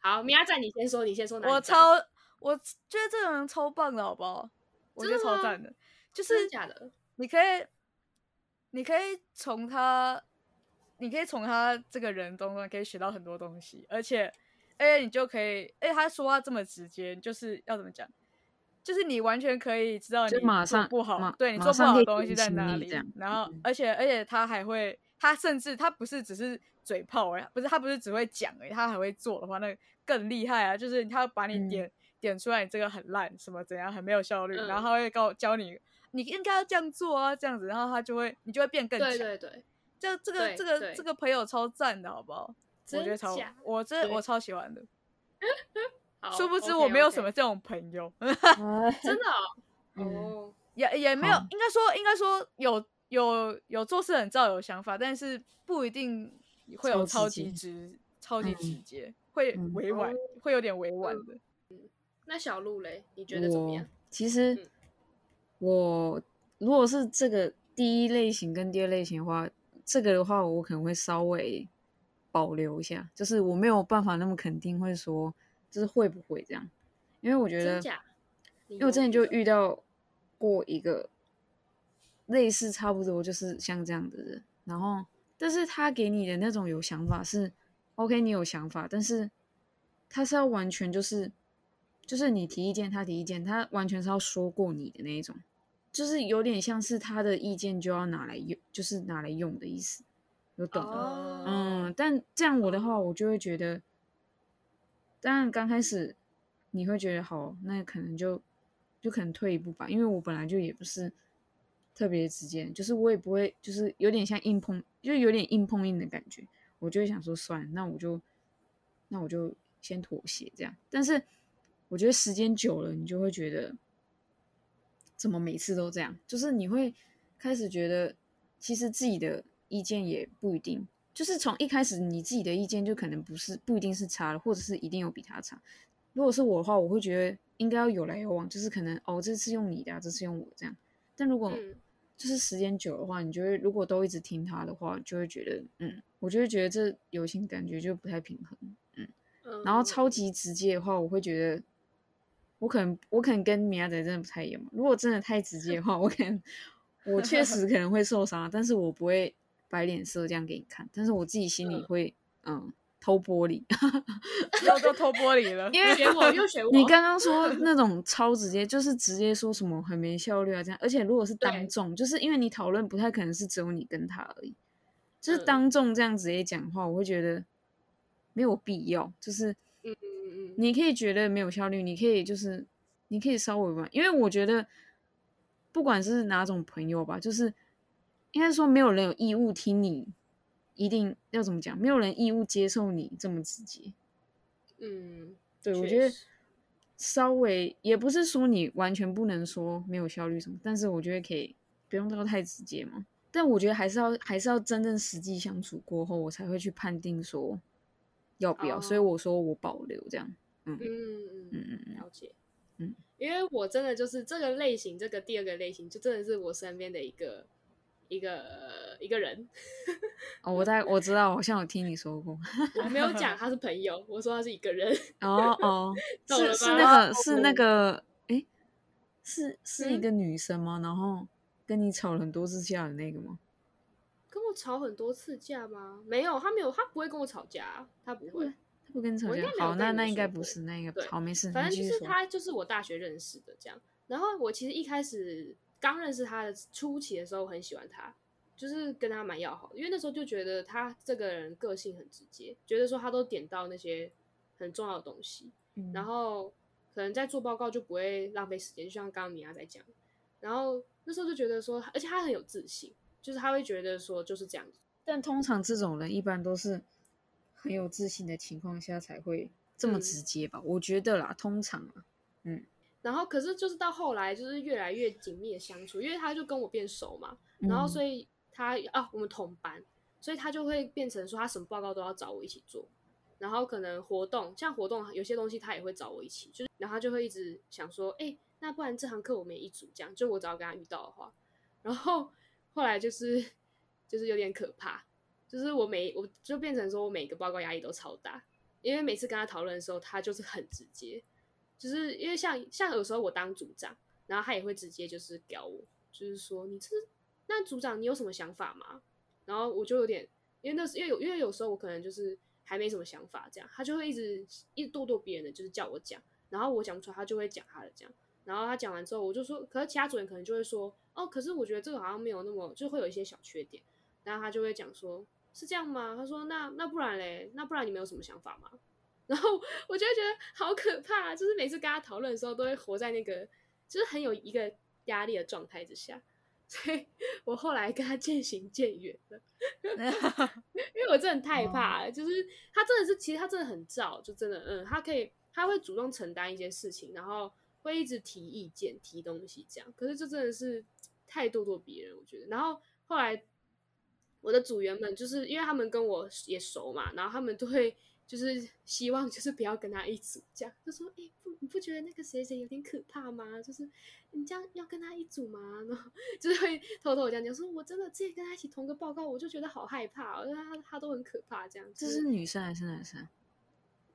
Speaker 1: 好，米娅仔你先说，你先说哪里
Speaker 3: 我
Speaker 1: 赞
Speaker 3: 超，我觉得这种人超棒的，好不好？我觉得
Speaker 1: 真的吗
Speaker 3: 超赞的，就
Speaker 1: 真
Speaker 3: 是
Speaker 1: 的假的？
Speaker 3: 你可以，你可以从他，你可以从他这个人中可以学到很多东西，而且，而且你就可以，而且他说话这么直接，就是要怎么讲？就是你完全可以知道你
Speaker 2: 就马
Speaker 3: 做
Speaker 2: 上
Speaker 3: 不好
Speaker 2: 马，
Speaker 3: 对你
Speaker 2: 马
Speaker 3: 做不
Speaker 2: 上
Speaker 3: 好
Speaker 2: 可
Speaker 3: 的
Speaker 2: 以
Speaker 3: 东西
Speaker 2: 点
Speaker 3: 在
Speaker 2: 醒
Speaker 3: 哪
Speaker 2: 你
Speaker 3: 里
Speaker 2: 这样。
Speaker 3: 然后
Speaker 2: 嗯，
Speaker 3: 而且而且他还会，他甚至他不是只是嘴炮哎、不是他不是只会讲哎、他还会做的话，那更厉害啊！就是他把
Speaker 2: 嗯
Speaker 3: 你点、点出来，你这个很烂，什么怎样，很没有效率，然
Speaker 1: 嗯
Speaker 3: 后他会告教你，你应该要这样做啊，这样子，然后他就会你就会变更强。
Speaker 1: 对对对，
Speaker 3: 这这个
Speaker 1: 对
Speaker 3: 这个
Speaker 1: 对
Speaker 3: 这个朋友超赞的，好不好？我觉得
Speaker 1: 真
Speaker 3: 超
Speaker 1: 假，
Speaker 3: 我真
Speaker 1: 对
Speaker 3: 我超喜欢的。
Speaker 1: 好
Speaker 3: 殊不知
Speaker 1: OK，
Speaker 3: 我没有
Speaker 1: OK [LAUGHS]
Speaker 3: 什么这种朋友。
Speaker 2: 哎
Speaker 1: 真的哦，
Speaker 2: 嗯
Speaker 1: 哦
Speaker 3: 也也没有
Speaker 2: 好，
Speaker 3: 应该说应该说有有有做事很照有想法，但是不一定会有
Speaker 2: 超
Speaker 3: 超
Speaker 2: 直接
Speaker 3: 级直、超级
Speaker 2: 嗯
Speaker 3: 直接，会
Speaker 2: 嗯
Speaker 3: 委
Speaker 1: 哦
Speaker 3: 婉，会有点委婉的。
Speaker 1: 那小鹿嘞，你觉得怎么
Speaker 2: 我
Speaker 1: 样？
Speaker 2: 其实、
Speaker 1: 嗯
Speaker 2: 我如果是这个第一类型跟第二类型的话，这个的话我可能会稍微保留一下，就是我没有办法那么肯定会说就是会不会这样，因为我觉得
Speaker 1: 真假？因
Speaker 2: 因为我之前就遇到过一个类似差不多就是像这样的人，然后但是他给你的那种有想法是 OK，你有想法，但是他是要完全就是就是你提意见，他提意见，他完全是要说过你的那一种，就是有点像是他的意见就要拿来用，就是拿来用的意思，有懂吗？
Speaker 1: 哦，
Speaker 2: 嗯，但这样我的话，我就会觉得，当然刚开始你会觉得好，那可能就就可能退一步吧，因为我本来就也不是特别直接，就是我也不会，就是有点像硬碰，就有点硬碰硬的感觉，我就会想说，算了，那我就那我就先妥协这样。但是我觉得时间久了，你就会觉得怎么每次都这样，就是你会开始觉得，其实自己的意见也不一定，就是从一开始你自己的意见就可能不是不一定是差的，或者是一定有比他差。如果是我的话，我会觉得应该要有来有往，就是可能哦，这次用你的、啊，这次用我这样。但如果
Speaker 1: 嗯
Speaker 2: 就是时间久的话，你就会如果都一直听他的话，就会觉得嗯，我就会觉得这友情感觉就不太平衡。
Speaker 1: 嗯
Speaker 2: 然后超级直接的话，我会觉得我可能我可能跟米亚仔真的不太一样嘛。如果真的太直接的话，我可
Speaker 1: [LAUGHS]
Speaker 2: 能我确实可能会受伤，但是我不会摆脸色这样给你看，但是我自己心里会嗯偷玻璃，
Speaker 3: [LAUGHS]
Speaker 1: 哦
Speaker 3: 又都偷玻璃
Speaker 1: [LAUGHS]
Speaker 3: 了，
Speaker 2: 因为
Speaker 1: 选我又选我，
Speaker 2: [LAUGHS] 你刚
Speaker 1: [LAUGHS]
Speaker 2: 刚说那种超直接，就是直接说什么很没效率啊这样，而且如果是当
Speaker 1: 对
Speaker 2: 众，就是因为你讨论不太可能是只有你跟他而已，就是
Speaker 1: 嗯
Speaker 2: 当众这样直接讲话，我会觉得没有必要，就是
Speaker 1: 嗯嗯嗯
Speaker 2: 你可以觉得没有效率，你可以就是你可以稍微玩，因为我觉得不管是哪种朋友吧，就是应该说没有人有义务听你一定要怎么讲，没有人义务接受你这么直接。
Speaker 1: 嗯，
Speaker 2: 对，我
Speaker 1: 确
Speaker 2: 觉得
Speaker 1: 实
Speaker 2: 稍微也不是说你完全不能说没有效率什么，但是我觉得可以不用到太直接嘛。但我觉得还是要还是要真正实际相处过后，我才会去判定说要不要。所以
Speaker 1: 哦
Speaker 2: 我说我保留这样。
Speaker 1: 嗯嗯
Speaker 2: 嗯
Speaker 1: 嗯
Speaker 2: 嗯嗯，
Speaker 1: 了解，
Speaker 2: 嗯，
Speaker 1: 因为我真的就是这个类型，这个第二个类型，就真的是我身边的一个一个一个人，
Speaker 2: 哦，我大概我知道，好像有听你
Speaker 1: [LAUGHS]
Speaker 2: 说过。
Speaker 1: 我没有讲他是朋友，我说他是一个人， [LAUGHS]
Speaker 2: 哦哦，
Speaker 1: 懂
Speaker 2: 是
Speaker 1: 了
Speaker 2: 是
Speaker 1: 吧
Speaker 2: 那
Speaker 1: 哦
Speaker 2: 个是那个，诶，是是一
Speaker 1: 嗯
Speaker 2: 个女生吗？然后跟你吵了很多次架的那个吗？
Speaker 1: 跟我吵很多次架吗？没有，他没有，他不会跟我吵架，啊他不会。
Speaker 2: 她不跟你吵
Speaker 1: 我应
Speaker 2: 架
Speaker 1: 该？没有
Speaker 2: 好，
Speaker 1: 跟
Speaker 2: 那
Speaker 1: 你
Speaker 2: 那应
Speaker 1: 说
Speaker 2: 该
Speaker 1: 过
Speaker 2: 不是，那应该不是
Speaker 1: 对
Speaker 2: 好，没事，
Speaker 1: 反正
Speaker 2: 你继
Speaker 1: 就
Speaker 2: 续
Speaker 1: 是
Speaker 2: 说。
Speaker 1: 他就是我大学认识的这样。然后我其实一开始刚认识他的初期的时候，很喜欢他，就是跟他蛮要好的，因为那时候就觉得他这个人个性很直接，觉得说他都点到那些很重要的东西，
Speaker 2: 嗯
Speaker 1: 然后可能在做报告就不会浪费时间，就像刚刚米娅在讲，然后那时候就觉得说，而且他很有自信，就是他会觉得说就是这样子。
Speaker 2: 但通常这种人一般都是很有自信的情况下才会这么
Speaker 1: 嗯
Speaker 2: 直接吧？我觉得啦，通常啊，
Speaker 1: 然后可是就是到后来就是越来越紧密的相处，因为他就跟我变熟嘛，然后所
Speaker 2: 以
Speaker 1: 以他啊，我们同班，所以他就会变成说他什么报告都要找我一起做，然后可能活动像活动有些东西他也会找我一起，就是然后他就会一直想说，哎、那不然这堂课我们也一组这样，就我只要跟他遇到的话，然后后来就是就是有点可怕，就是我每我就变成说我每个报告压力都超大，因为每次跟他讨论的时候，他就是很直接，就是因为像像有时候我当组长，然后他也会直接就是屌我，就是说你这那组长你有什么想法吗？然后我就有点，因为那时因为有因为有时候我可能就是还没什么想法，这样他就会一直一直咄咄逼人的，就是叫我讲，然后我讲不出来，他就会讲他的这样，然后他讲完之后，我就说，可是其他组员可能就会说，哦，可是我觉得这个好像没有那么，就会有一些小缺点，然后他就会讲说，是这样吗？他说那那不然嘞，那不然你们有什么想法吗？然后我就会觉得好可怕、啊就是每次跟他讨论的时候，都会活在那个就是很有一个压力的状态之下， [LAUGHS] 所以我后来跟他渐行渐远了，因为我真的太怕了。就是他真的是，其实他真的很燥，就真的，嗯，他可以，他会主动承担一些事情，然后会一直提意见、提东西这样。可是这真的是太咄咄逼人，我觉得。然后后来我的组员们就是因为他们跟我也熟嘛，然后他们都会就是希望就是不要跟他一组，这样就说哎、诶不你不觉得那个谁谁有点可怕吗？就是你这样要跟他一组吗？然后 [LAUGHS] 就是会偷偷地这样讲，说我真的之前跟他一起同个报告，我就觉得好害怕、哦，因为他他都很可怕，这样
Speaker 2: 这
Speaker 1: 就是
Speaker 2: 女生还是男生？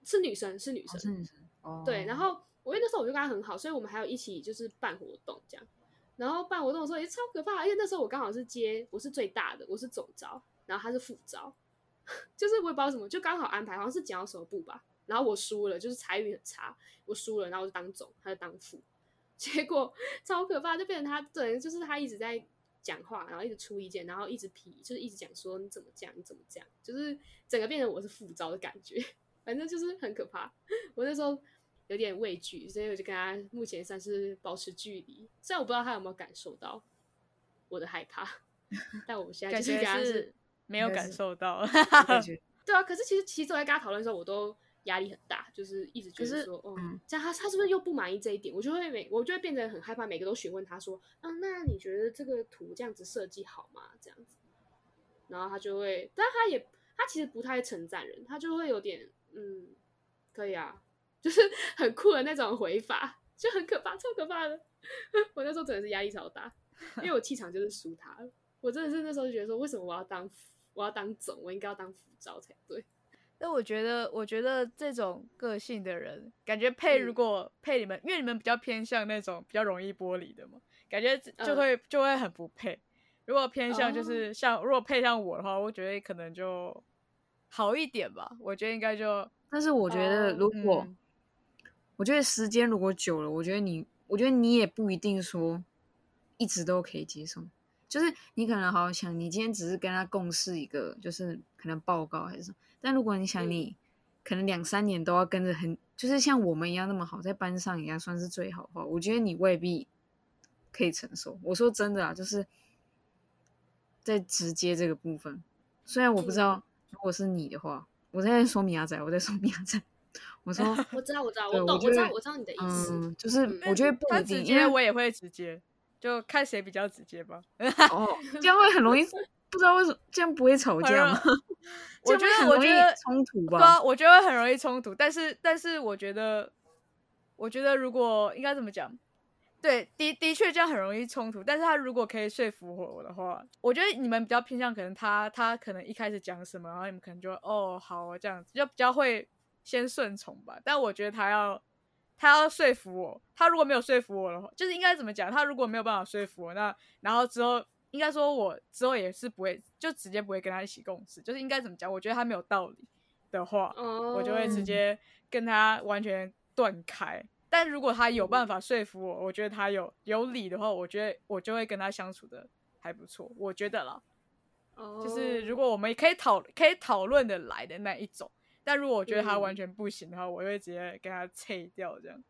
Speaker 1: 是女生是女
Speaker 2: 哦
Speaker 1: 生，
Speaker 2: 是女生。哦，
Speaker 1: 对，然后我因为那时候我就跟他很好，所以我们还有一起就是办活动这样。然后办活动的时候也超可怕，而且那时候我刚好是接我是最大的，我是总招，然后他是副招， [LAUGHS] 就是我也不知道为什么，就刚好安排，好像是剪刀手部吧。然后我输了，就是才语很差，我输了，然后我就当总，他就当副， [LAUGHS] 结果超可怕，就变成他对，就是他一直在讲话，然后一直出意见，然后一直批，就是一直讲说你怎么这样，你怎么这样，就是整个变成我是副招的感觉， [LAUGHS] 反正就是很可怕。我那时候有点畏惧，所以我就跟他目前算是保持距离。虽然我不知道他有没有感受到我的害
Speaker 3: [LAUGHS]
Speaker 1: 怕，但我现在
Speaker 3: 感
Speaker 1: 就是跟
Speaker 3: 觉
Speaker 1: 他
Speaker 3: 是没有
Speaker 2: 应该
Speaker 3: 感
Speaker 2: 是
Speaker 3: 受到。
Speaker 2: 我感觉
Speaker 1: 对啊，可是其实其实我在跟他讨论的时候，我都压力很大，就是一直觉
Speaker 2: 可
Speaker 1: 得
Speaker 2: 是
Speaker 1: 说，哦
Speaker 2: 嗯，
Speaker 1: 这样他他是不是又不满意这一点？我就会每我就会变得很害怕，每个都询问他说，嗯，那你觉得这个图这样子设计好吗？这样子，然后他就会，但他也他其实不太称赞人，他就会有点，嗯，可以啊， [LAUGHS] 就是很酷的那种回法，就很可怕，超可怕的。 [LAUGHS] 我那时候真的是压力超大，因为我气场就是输他了。我真的是那时候就觉得说，为什么我要当我要当总，我应该要当副招才对。
Speaker 3: 但我觉得，我觉得这种个性的人，感觉配如
Speaker 1: 嗯
Speaker 3: 果配你们，因为你们比较偏向那种比较容易剥离的嘛，感觉这就
Speaker 1: 嗯
Speaker 3: 会、就会很不配。如果偏向就
Speaker 1: 哦
Speaker 3: 是像、如果配上我的话，我觉得可能就好一点吧。我觉得应该就
Speaker 2: 但是我觉得，
Speaker 1: 哦
Speaker 2: 如果、
Speaker 3: 嗯
Speaker 2: 我觉得时间如果久了，我觉得你，我觉得你也不一定说一直都可以接受。就是你可能好好想，你今天只是跟他共事一个，就是可能报告还是什么。但如果你想
Speaker 1: 嗯
Speaker 2: 你，可能两三年都要跟着很，就是像我们一样那么好，在班上一样算是最好的话，我觉得你未必可以承受。我说真的啊，就是在直接这个部分，虽然我不知
Speaker 1: 嗯
Speaker 2: 道，如果是你的话，我在说米亚仔，我在说米亚仔， [LAUGHS] 我说
Speaker 1: 我知道，我知
Speaker 3: [LAUGHS]
Speaker 1: 道，
Speaker 2: 对
Speaker 1: 我懂，
Speaker 2: 我觉
Speaker 1: 我知道，
Speaker 2: 得
Speaker 1: 我知道你的意思。
Speaker 2: 嗯，就是
Speaker 1: 嗯
Speaker 2: 我觉得不
Speaker 3: 他
Speaker 2: 一
Speaker 3: 直
Speaker 2: 定，
Speaker 3: 接
Speaker 2: 因
Speaker 3: 我
Speaker 2: 为
Speaker 3: 也会直接，就看谁比较直接吧。
Speaker 2: 哦，这样会很容易，不知道为什么这样不会吵
Speaker 3: 好
Speaker 2: 架
Speaker 3: 像
Speaker 2: 吗？
Speaker 3: 我
Speaker 2: 这样会很
Speaker 3: 觉得我
Speaker 2: 容
Speaker 3: 觉
Speaker 2: 易
Speaker 3: 得
Speaker 2: 冲突
Speaker 3: 对
Speaker 2: 吧
Speaker 3: 啊，我觉得很容易冲突。但是但是我觉得，我觉得如果应该怎么讲，对的的确这样很容易冲突。但是他如果可以说服我的话，我觉得你们比较偏向可能他他可能一开始讲什么，然后你们可能就哦好哦这样子，就比较会先顺从吧。但我觉得他要。他要说服我，他如果没有说服我的话，就是应该怎么讲？他如果没有办法说服我，那然后之后应该说我之后也是不会，就直接不会跟他一起共事，就是应该怎么讲？我觉得他没有道理的话，
Speaker 1: 哦，
Speaker 3: 我就会直接跟他完全断开。但如果他有办法说服我，我觉得他有有理的话，我觉得我就会跟他相处的还不错，我觉得啦。
Speaker 1: 哦，
Speaker 3: 就是如果我们可以讨可以讨论的来的那一种，但如果我觉得他完
Speaker 1: 嗯
Speaker 3: 全不行的话，我会直接跟他切掉这样。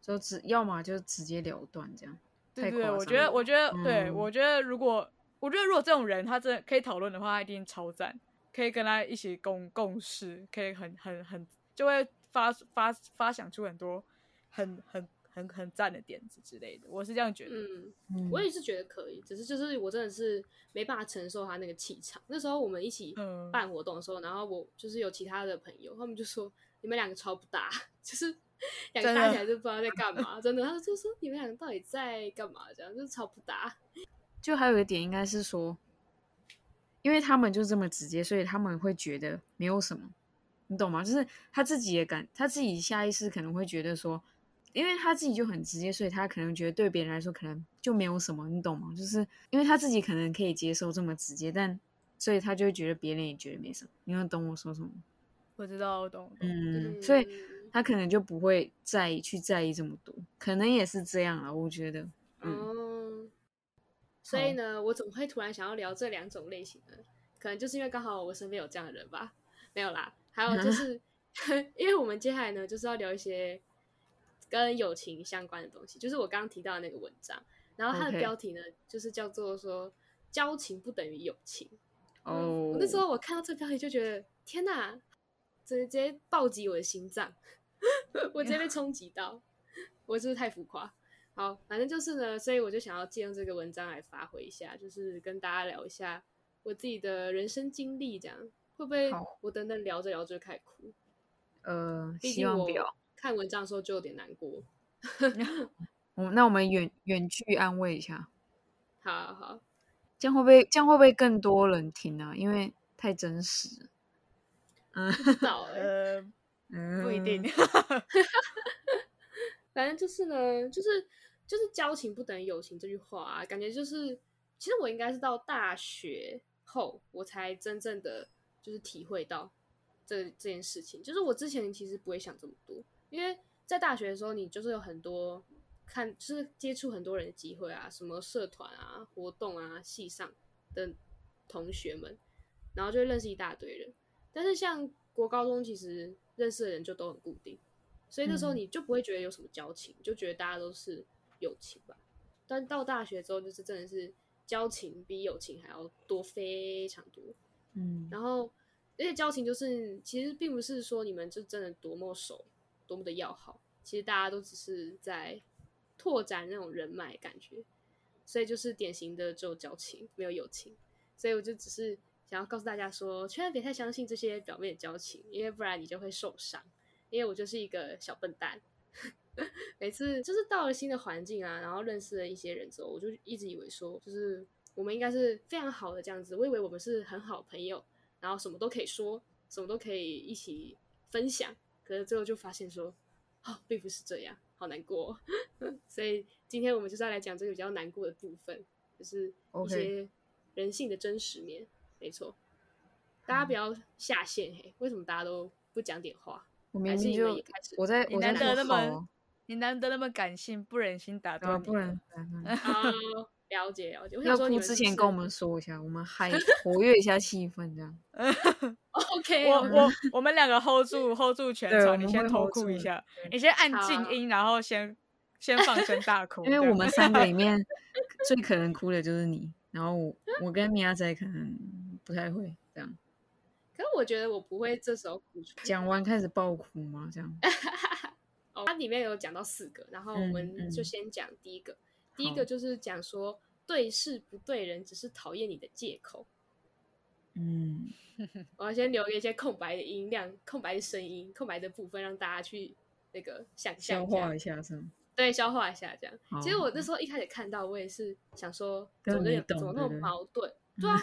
Speaker 2: 就直要么就直接了断这样，
Speaker 3: 对
Speaker 2: 太
Speaker 3: 对，
Speaker 2: 夸
Speaker 3: 对我
Speaker 2: 张
Speaker 3: 觉得，
Speaker 2: 了
Speaker 3: 我觉得，对
Speaker 2: 嗯
Speaker 3: 我觉得，如果我觉得如果这种人他真的可以讨论的话，他一定超赞，可以跟他一起共共事，可以很很很就会发发发想出很多很很很很赞的点子之类的，我是这样觉得。
Speaker 1: 嗯。
Speaker 2: 嗯
Speaker 1: 我也是觉得可以，只是就是我真的是没办法承受他那个气场。那时候我们一起
Speaker 3: 嗯
Speaker 1: 办活动的时候，然后我就是有其他的朋友，他们就说你们两个超不搭， [LAUGHS] 就是两个
Speaker 3: 真的
Speaker 1: 搭起来就不知道在干嘛，真的，他就说你们两个到底在干嘛？这样就是超不搭。
Speaker 2: 就还有一个点应该是说，因为他们就这么直接，所以他们会觉得没有什么，你懂吗？就是他自己也感，他自己下意识可能会觉得说，因为他自己就很直接，所以他可能觉得对别人来说可能就没有什么，你懂吗？就是因为他自己可能可以接受这么直接，但所以他就会觉得别人也觉得没什么，你能懂我说什么吗？
Speaker 3: 我知道，我懂，我懂
Speaker 2: 嗯，
Speaker 1: 嗯
Speaker 2: 所以他可能就不会在意去在意这么多，可能也是这样了，我觉得，嗯，
Speaker 1: 哦，所以呢，我怎么会突然想要聊这两种类型呢？可能就是因为刚好我身边有这样的人吧。没有啦，还有就是，因为我们接下来呢，就是要聊一些跟友情相关的东西，就是我刚刚提到的那个文章，然后它的
Speaker 2: OK
Speaker 1: 标题呢就是叫做说“交情不等于友情”。嗯
Speaker 2: 哦
Speaker 1: 我，那时候我看到这标题就觉得天哪，直接 [LAUGHS] 暴击我的心脏，我直接被冲击到，我是不是太浮夸？好，反正就是呢，所以我就想要借用这个文章来发挥一下，就是跟大家聊一下我自己的人生经历，这样会不会
Speaker 2: 好
Speaker 1: 我等等聊着聊着就开始哭？
Speaker 2: 呃，
Speaker 1: 毕
Speaker 2: 希
Speaker 1: 竟
Speaker 2: 望
Speaker 1: 我
Speaker 2: 不要。
Speaker 1: 看文章的时候就有点难过。
Speaker 2: 我那我们远远距安慰一下，
Speaker 1: 好好好，
Speaker 2: 这样会不会这样会不会更多人听啊？因为太真实了。嗯
Speaker 1: 不知道欸
Speaker 3: 呃，
Speaker 2: 嗯，
Speaker 3: 不一定。
Speaker 1: 反正就是呢，就是就是交情不等于友情这句话、啊，感觉就是，其实我应该是到大学后，我才真正的就是体会到这这件事情。就是我之前其实不会想这么多，因为在大学的时候，你就是有很多看，就是接触很多人的机会啊，什么社团啊、活动啊、系上的同学们，然后就会认识一大堆人。但是像国高中，其实认识的人就都很固定。所以那时候
Speaker 2: 嗯
Speaker 1: 你就不会觉得有什么交情，就觉得大家都是友情吧。但到大学之后，就是真的是交情比友情还要多非常多。
Speaker 2: 嗯，
Speaker 1: 然后，而且交情就是其实并不是说你们就真的多么熟、多么的要好，其实大家都只是在拓展那种人脉感觉，所以就是典型的只有交情没有友情。所以我就只是想要告诉大家说，千万别太相信这些表面的交情，因为不然你就会受伤。因为我就是一个小笨蛋。每次就是到了新的环境啊，然后认识了一些人之后，我就一直以为说，就是我们应该是非常好的这样子，我以为我们是很好的朋友，然后什么都可以说，什么都可以一起分享。可是最后就发现说，哦，并不是这样，好难过、 [LAUGHS] 哦。所以今天我们就是要来讲这个比较难过的部分，就是一
Speaker 2: OK
Speaker 1: 些人性的真实面。没错，大家不要下线嘿，为什么大家都不讲点话？ [LAUGHS]
Speaker 2: 我
Speaker 1: 还
Speaker 2: 明
Speaker 1: 是
Speaker 2: 明
Speaker 1: 你们
Speaker 2: 就
Speaker 1: 也开始
Speaker 2: 我在
Speaker 3: 你
Speaker 2: 我在
Speaker 3: 难得那
Speaker 2: 么好
Speaker 3: 么
Speaker 2: 哦，
Speaker 3: 你难得那么感性，不忍心打
Speaker 2: 对吧？
Speaker 3: 断你。
Speaker 2: 啊不能不能不能
Speaker 1: 哦，了解了解。我想
Speaker 2: 要
Speaker 1: 说你
Speaker 2: 哭
Speaker 1: 们
Speaker 2: 之
Speaker 1: 是不
Speaker 2: 前
Speaker 1: 是
Speaker 2: 跟我们说一下，我
Speaker 1: [LAUGHS]
Speaker 2: 们嗨活跃一下气氛，这样。 [LAUGHS]
Speaker 1: OK，
Speaker 3: 我
Speaker 1: 我们
Speaker 3: 我 [LAUGHS] 我们两个 hold 住 hold 住全
Speaker 2: 对我
Speaker 3: 场，你
Speaker 2: 们
Speaker 3: 先
Speaker 2: 会
Speaker 3: 偷
Speaker 2: hold
Speaker 3: 哭
Speaker 2: 住
Speaker 3: 一
Speaker 2: 的
Speaker 3: 下，你先按
Speaker 1: 好
Speaker 3: 静音，然后先先放声
Speaker 2: [LAUGHS]
Speaker 3: 大哭。
Speaker 2: 因为
Speaker 3: 这
Speaker 2: 我
Speaker 3: 样
Speaker 2: 们三个里面最可能哭的就是你，然后我我跟米亚仔可能不太会这样。
Speaker 1: 可是我觉得我不会这时候哭出来。
Speaker 2: 讲完开始爆哭吗？
Speaker 1: [LAUGHS]
Speaker 2: 这样
Speaker 1: 哦，它里面有讲到四个，然后我们
Speaker 2: 嗯
Speaker 1: 就
Speaker 2: 嗯
Speaker 1: 先讲第一个。第一个
Speaker 2: 好
Speaker 1: 就是讲说对事不对人，只是讨厌你的借口。
Speaker 2: 嗯，
Speaker 1: 我要先留一些空白的音量、空白的声音、空白的部分，让大家去那个想象
Speaker 2: 消
Speaker 1: 一下
Speaker 2: 化一下是吗？
Speaker 1: 对，消化一下这样。其实
Speaker 2: 好
Speaker 1: 我那时候一开始看到，我也是想说，怎
Speaker 2: 根
Speaker 1: 么
Speaker 2: 本
Speaker 1: 那
Speaker 2: 没
Speaker 1: 怎么
Speaker 2: 懂
Speaker 1: 那
Speaker 2: 对
Speaker 1: 么
Speaker 2: 不对
Speaker 1: 矛盾？对啊，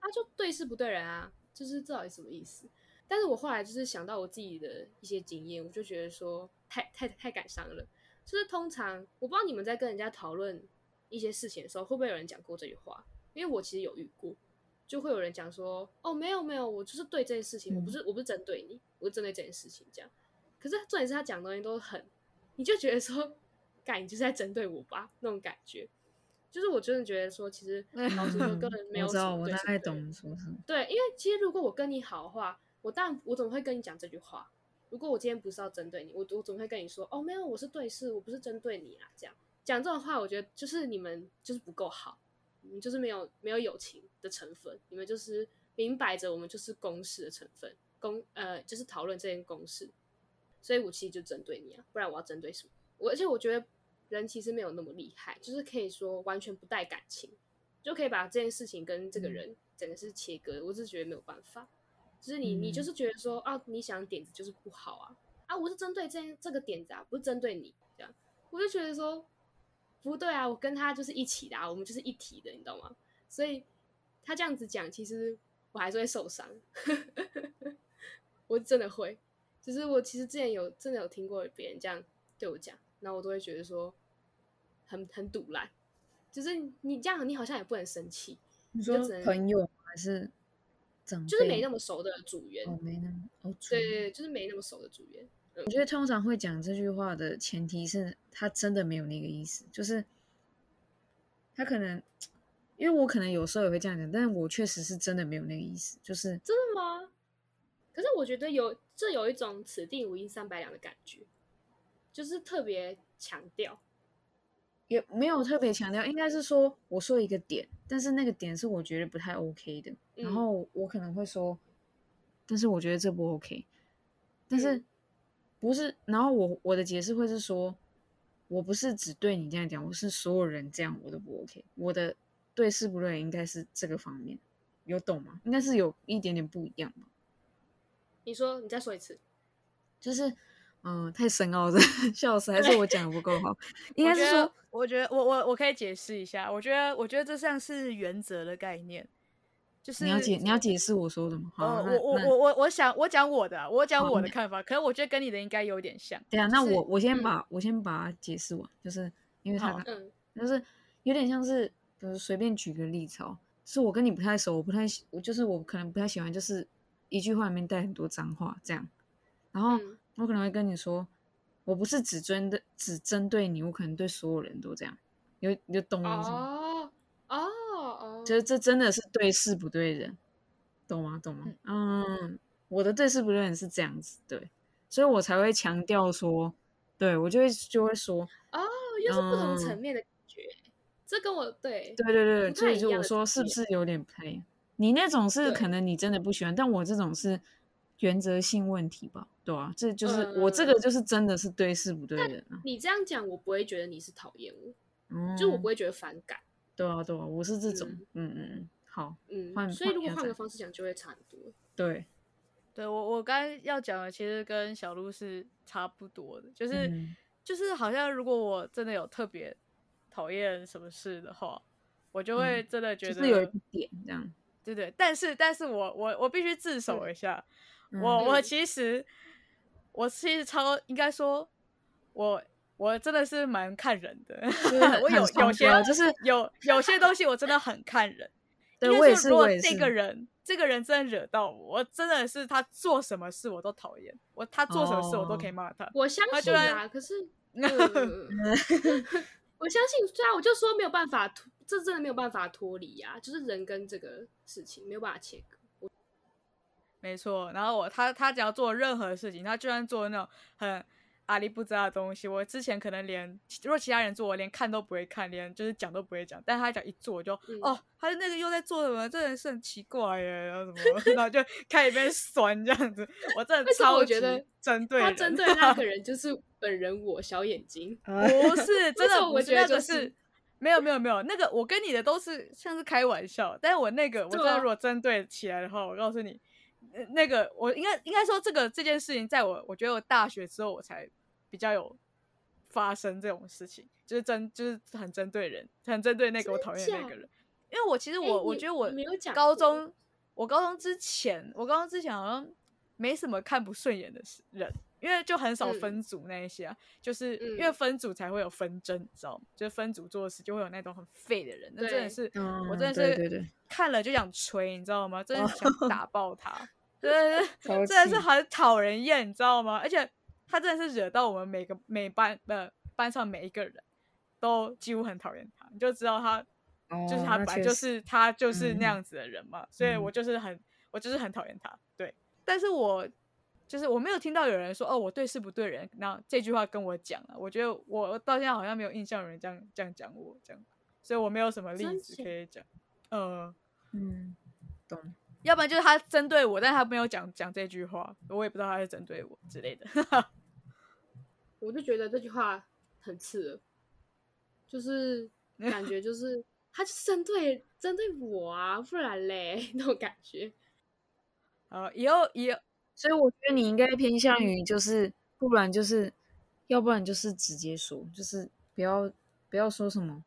Speaker 1: 他就对事不对人啊，就是这到底什么意思？但是我后来就是想到我自己的一些经验，我就觉得说太太太感伤了。就是通常我不知道你们在跟人家讨论一些事情的时候，会不会有人讲过这句话？因为我其实有遇过，就会有人讲说：“哦，没有没有，我就是对这件事情，我不
Speaker 2: 嗯
Speaker 1: 是我不是针对你，我是针对这件事情这样。”可是重点是他讲的东西都很，你就觉得说， [LAUGHS] 干你就是在针对我吧那种感觉。就是我真的觉得说，其实老
Speaker 2: [LAUGHS]
Speaker 1: 实说，根本没有
Speaker 2: 嗯我
Speaker 1: 什
Speaker 2: 知道，
Speaker 1: 么
Speaker 2: 我
Speaker 1: 对
Speaker 2: 大
Speaker 1: 什么
Speaker 2: 概
Speaker 1: 对
Speaker 2: 懂你说什么。
Speaker 1: 对，因为其实如果我跟你好的话，我当然我怎么会跟你讲这句话？如果我今天不是要针对你，我我怎么会跟你说哦没有，我是对事，我不是针对你啊？这样讲这种话，我觉得就是你们就是不够好，你们就是没有没有友情的成分，你们就是明摆着我们就是公事的成分，公呃就是讨论这件公事，所以我其实就针对你啊，不然我要针对什么？我而且我觉得人其实没有那么厉害，就是可以说完全不带感情，就可以把这件事情跟这个
Speaker 2: 嗯
Speaker 1: 人整个是切割的。我只是觉得没有办法，就是你你就
Speaker 2: 嗯
Speaker 1: 是觉得说啊，你想的点子就是不好啊啊，我是针对这这个点子啊，不是针对你这样，我就觉得说不对啊，我跟他就是一起的啊，我们就是一体的，你懂吗？所以他这样子讲，其实我还是会受伤， [LAUGHS] 我真的会。就是我其实之前有真的有听过别人这样对我讲，然后我都会觉得说很很堵烂，就是你这样你好像也不能生气，
Speaker 2: 你
Speaker 1: 就
Speaker 2: 说
Speaker 1: 只能
Speaker 2: 朋友吗还是长辈？
Speaker 1: 就是没那么熟的组员，
Speaker 2: 哦，没那么哦，主
Speaker 1: 对对对，就是没那么熟的组员，
Speaker 2: 我觉得通常会讲这句话的前提是他真的没有那个意思，就是他可能，因为我可能有时候也会这样讲，但我确实是真的没有那个意思，就是
Speaker 1: 真的吗？可是我觉得有这有一种此地无银三百两的感觉，就是特别强调，
Speaker 2: 也没有特别强调，应该是说我说一个点，但是那个点是我觉得不太 OK 的，
Speaker 1: 嗯
Speaker 2: 然后我可能会说，但是我觉得这不 OK，但是
Speaker 1: 嗯
Speaker 2: 不是，然后我我的解释会是说，我不是只对你这样讲，我是所有人这样我都不 OK。我的对事不对应该是这个方面，有懂吗？应该是有一点点不一样吧。
Speaker 1: 你说，你再说一次。
Speaker 2: 就是，嗯、太深奥了， [LAUGHS] 笑死，还是我讲的不够好。应该
Speaker 3: 我
Speaker 2: 是
Speaker 3: 觉
Speaker 2: 说
Speaker 3: 得，，我觉得我我我可以解释一下，我觉得我觉得这像是原则的概念，就是
Speaker 2: 你要解你要解释我说的吗？好，啊
Speaker 3: 呃，
Speaker 2: 那
Speaker 3: 我我
Speaker 2: 那
Speaker 3: 我我我想我讲我的啊，我讲
Speaker 2: 好
Speaker 3: 我
Speaker 2: 你
Speaker 3: 的看法，可是我觉得跟你的应该有点像。
Speaker 2: 对啊，那
Speaker 3: 就是
Speaker 2: 我我先
Speaker 1: 嗯
Speaker 2: 把、我先把它解释完，就是因为他
Speaker 3: 好
Speaker 2: 刚
Speaker 1: 嗯
Speaker 2: 就是有点像是，比如随便举个例子哦，是我跟你不太熟，我不太喜，我就是我可能不太喜欢，就是一句话里面带很多脏话这样，然后
Speaker 1: 嗯
Speaker 2: 我可能会跟你说，我不是只针对只针对你，我可能对所有人都这样，有有懂我意思吗？
Speaker 1: 哦哦哦，
Speaker 2: 嗯就是这真的是对事不对人，懂吗？懂吗？嗯，我的对事不对人是这样子，对，所以我才会强调说，对我就会就会说，
Speaker 1: 哦，又是不同
Speaker 2: 嗯
Speaker 1: 层面的感觉。这跟我对
Speaker 2: 对对对，
Speaker 1: 不
Speaker 2: 所
Speaker 1: 太
Speaker 2: 以
Speaker 1: 一
Speaker 2: 就
Speaker 1: 样
Speaker 2: 我
Speaker 1: 的
Speaker 2: 说
Speaker 1: 层
Speaker 2: 是不
Speaker 1: 面
Speaker 2: 是有点不太一样？你那种是可
Speaker 1: 对
Speaker 2: 能你真的不喜欢，但我这种是原则性问题吧，对啊，这
Speaker 3: 嗯
Speaker 2: 就是、我这个就是真的是对事不对人啊，
Speaker 1: 你这样讲，我不会觉得你是讨厌我，
Speaker 2: 嗯，
Speaker 1: 就我不会觉得反感。
Speaker 2: 对啊对啊，我是这种，
Speaker 1: 嗯
Speaker 2: 嗯嗯嗯，好，换
Speaker 1: 嗯，所以
Speaker 2: 换
Speaker 1: 如
Speaker 2: 你
Speaker 1: 果
Speaker 2: 要
Speaker 1: 换
Speaker 2: 讲
Speaker 1: 个方式讲，就会差很多。
Speaker 2: 对，
Speaker 3: 对我我刚刚要讲的其实跟小鹿是差不多的，就是、
Speaker 2: 嗯
Speaker 3: 就是好像如果我真的有特别讨厌什么事的话，我就会
Speaker 2: 嗯
Speaker 3: 真的觉
Speaker 2: 就
Speaker 3: 得、
Speaker 2: 是有一个点这样，
Speaker 3: 对对，但是但是我我我必须自首一下，我我
Speaker 1: 嗯
Speaker 3: 其实我其实超应该说，我我真的是蛮看人的，
Speaker 2: 就是很
Speaker 3: [LAUGHS] [LAUGHS] 我
Speaker 2: 很
Speaker 3: 有有
Speaker 2: 双
Speaker 3: 些
Speaker 2: 标就是
Speaker 3: 有有些东西我真的很看人。
Speaker 2: 对
Speaker 3: 应该
Speaker 2: 我也
Speaker 3: 说
Speaker 2: 是
Speaker 3: 如果
Speaker 2: 我也
Speaker 3: 这
Speaker 2: 是
Speaker 3: 个人这个人真的惹到我，我真的是他做什么事我都讨厌，我他做什么事我都可以
Speaker 2: 哦
Speaker 3: 骂他。
Speaker 1: 我相
Speaker 3: 他居
Speaker 1: 信
Speaker 3: 然
Speaker 1: 啊，可
Speaker 2: [LAUGHS]
Speaker 1: 是，嗯 [LAUGHS] 嗯嗯我相信，对啊，我就说没有办法脱，这真的没有办法脱离啊，就是人跟这个事情没有办法切割。
Speaker 3: 没错，然后我他他只要做任何事情，他就算做那种很阿里不扎的东西，我之前可能连如果其他人做，我连看都不会看，连就是讲都不会讲，但他只要一做，我就、
Speaker 1: 嗯
Speaker 3: 哦，他那个又在做什么，这人是很奇怪耶，然后什么， [LAUGHS] 然后就开始被酸这样子，我真
Speaker 1: [LAUGHS]
Speaker 3: 的
Speaker 1: 为什么
Speaker 3: 超
Speaker 1: 我
Speaker 3: 级
Speaker 1: 觉得
Speaker 3: 针对
Speaker 1: 他
Speaker 2: [LAUGHS]
Speaker 3: 人
Speaker 1: 针对那个人就是本人我小眼睛，
Speaker 3: 不是，真
Speaker 1: 什
Speaker 3: 的
Speaker 1: 么
Speaker 3: 不
Speaker 1: 我
Speaker 3: 是
Speaker 1: 觉得
Speaker 3: 那
Speaker 1: 就
Speaker 3: 个
Speaker 1: 是
Speaker 3: 是没有没有没有，那个我跟你的都是像是开玩笑，但是我那个我
Speaker 1: 对
Speaker 3: 真的
Speaker 1: 啊
Speaker 3: 如果针对起来的话，我告诉你，呃那个我应该应该说这个这件事情，在我我觉得我大学之后我才比较有发生这种事情，就是针就是很针对人，很针对那个我讨厌的那
Speaker 1: 假
Speaker 3: 个人，因为我其实我、
Speaker 1: 哎
Speaker 3: 我
Speaker 1: 你
Speaker 3: 觉得我
Speaker 1: 没有讲
Speaker 3: 高
Speaker 1: 过
Speaker 3: 中我高中之前我高中之前好像没什么看不顺眼的事人，因为就很少
Speaker 1: 嗯
Speaker 3: 分组那一些啊。就是因为
Speaker 1: 嗯
Speaker 3: 分组才会有纷争，你知道吗？就是分组做事就会有那种很废的人，那真的
Speaker 1: 对
Speaker 3: 是、
Speaker 2: 嗯
Speaker 3: 我真的
Speaker 2: 对
Speaker 3: 是
Speaker 2: 对对
Speaker 3: 看了就想捶，你知道吗？真的想打爆
Speaker 2: [LAUGHS]
Speaker 3: 他，真的是
Speaker 2: 超
Speaker 3: 真的是
Speaker 2: 气
Speaker 3: 很讨人厌，你知道吗？而且他真的是惹到我们每个每班呃班上每一个人都几乎很讨厌他，你就知道他就是
Speaker 2: 哦
Speaker 3: 他
Speaker 2: 那
Speaker 3: 本来
Speaker 2: 确
Speaker 3: 就
Speaker 2: 实
Speaker 3: 是他就是
Speaker 2: 嗯
Speaker 3: 那样子的人嘛，所以
Speaker 2: 嗯
Speaker 3: 我就是很我就是很讨厌他，对。但是我就是我没有听到有人说哦我对事不对人，那这句话跟我讲了，我觉得我到现在好像没有印象有人这样这样讲我这样，所以我没有什么例
Speaker 1: 真
Speaker 3: 子
Speaker 1: 假
Speaker 3: 可以讲，呃，
Speaker 2: 嗯，懂。
Speaker 1: 嗯
Speaker 3: 要不然就是他针对我，但他没有讲讲这句话，我也不知道他是针对我之类的。 [LAUGHS]
Speaker 1: 我就觉得这句话很刺耳，就是感觉就是他就是针对针对我啊，不然嘞 [LAUGHS] 那种感觉。
Speaker 3: 好，以后以后
Speaker 2: 所以我觉得你应该偏向于就是，不然就是，要不然就是直接说，就是不要不要说什么，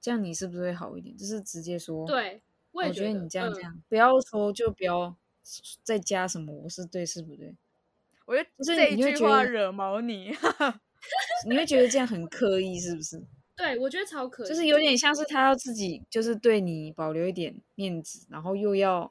Speaker 2: 这样你是不是会好一点？就是直接说，，
Speaker 1: 对，我
Speaker 2: 我
Speaker 1: 也
Speaker 2: 觉得你这样
Speaker 1: 嗯
Speaker 2: 这样，不要说就不要再加什么我是对是不对，
Speaker 3: 我觉得
Speaker 2: 就是
Speaker 3: 这
Speaker 2: 你会
Speaker 3: 一句
Speaker 2: 觉
Speaker 3: 话
Speaker 2: 得
Speaker 3: 惹毛你，
Speaker 2: 你会觉得这样很刻意，是不是？
Speaker 1: 对我觉得超可以，
Speaker 2: 就是有点像是他要自己就是对你保留一点面子，然后又要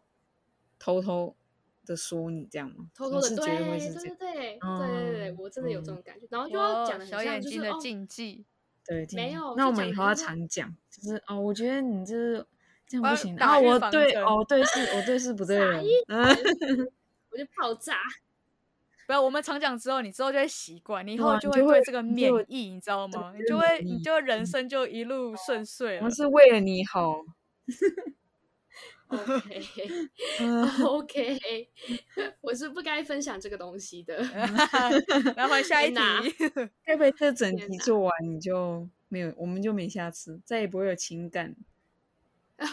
Speaker 2: 偷偷的说你这样吗？
Speaker 1: 偷偷的，
Speaker 2: 我是
Speaker 1: 对
Speaker 2: 觉得会
Speaker 1: 对
Speaker 2: 是
Speaker 1: 对
Speaker 2: 这
Speaker 1: 对
Speaker 2: 样，
Speaker 1: 对对对，
Speaker 2: 嗯
Speaker 1: 我真的有这种感觉，然后就
Speaker 3: 哇
Speaker 1: 要讲的
Speaker 3: 小
Speaker 1: 很像
Speaker 3: 眼
Speaker 1: 就是
Speaker 3: 睛的
Speaker 1: 哦，
Speaker 3: 禁忌。
Speaker 2: 对，听
Speaker 1: 没
Speaker 2: 起来
Speaker 1: 有
Speaker 2: 那
Speaker 1: 就
Speaker 2: 我们
Speaker 1: 讲
Speaker 2: 以
Speaker 1: 得
Speaker 2: 后
Speaker 1: 很
Speaker 2: 要
Speaker 1: 像
Speaker 2: 常讲，就是哦，我觉得你这这
Speaker 1: 呃
Speaker 2: 样
Speaker 3: 反
Speaker 2: 不
Speaker 3: 而
Speaker 2: 行
Speaker 3: 反
Speaker 2: 啊，
Speaker 3: 而预
Speaker 2: 我
Speaker 3: 防
Speaker 2: 对
Speaker 1: [LAUGHS]
Speaker 3: 针
Speaker 2: 哦，对是，我对是不对
Speaker 1: 傻
Speaker 2: 人，嗯，
Speaker 1: 我就爆
Speaker 2: [LAUGHS]
Speaker 1: 炸。
Speaker 3: 不要，我们常讲之后，你之后就会习惯，你以
Speaker 2: 对
Speaker 3: 后
Speaker 2: 啊
Speaker 3: 就
Speaker 2: 你
Speaker 3: 会
Speaker 2: 就
Speaker 3: 对
Speaker 2: 会
Speaker 3: 这个
Speaker 2: 你
Speaker 3: 免
Speaker 2: 就
Speaker 3: 疫，你知道
Speaker 2: 对
Speaker 3: 吗？你
Speaker 2: 就
Speaker 3: 就
Speaker 2: 会
Speaker 3: 会，
Speaker 2: 免
Speaker 3: 你
Speaker 2: 疫
Speaker 3: 就人生就一路顺遂
Speaker 2: 我
Speaker 3: 了
Speaker 2: 们。是为了你好，
Speaker 1: OK
Speaker 2: [LAUGHS]
Speaker 1: [LAUGHS]
Speaker 2: 嗯
Speaker 1: OK，我 [LAUGHS] 是不该分享这个东西的。 [LAUGHS]
Speaker 3: [LAUGHS] 然后换下一题
Speaker 1: 天，哪
Speaker 2: 该不会这整
Speaker 1: 天
Speaker 2: 题
Speaker 1: 哪
Speaker 2: 做完你就没有，我们就没下次，再也不会有
Speaker 1: [LAUGHS]
Speaker 2: 情感，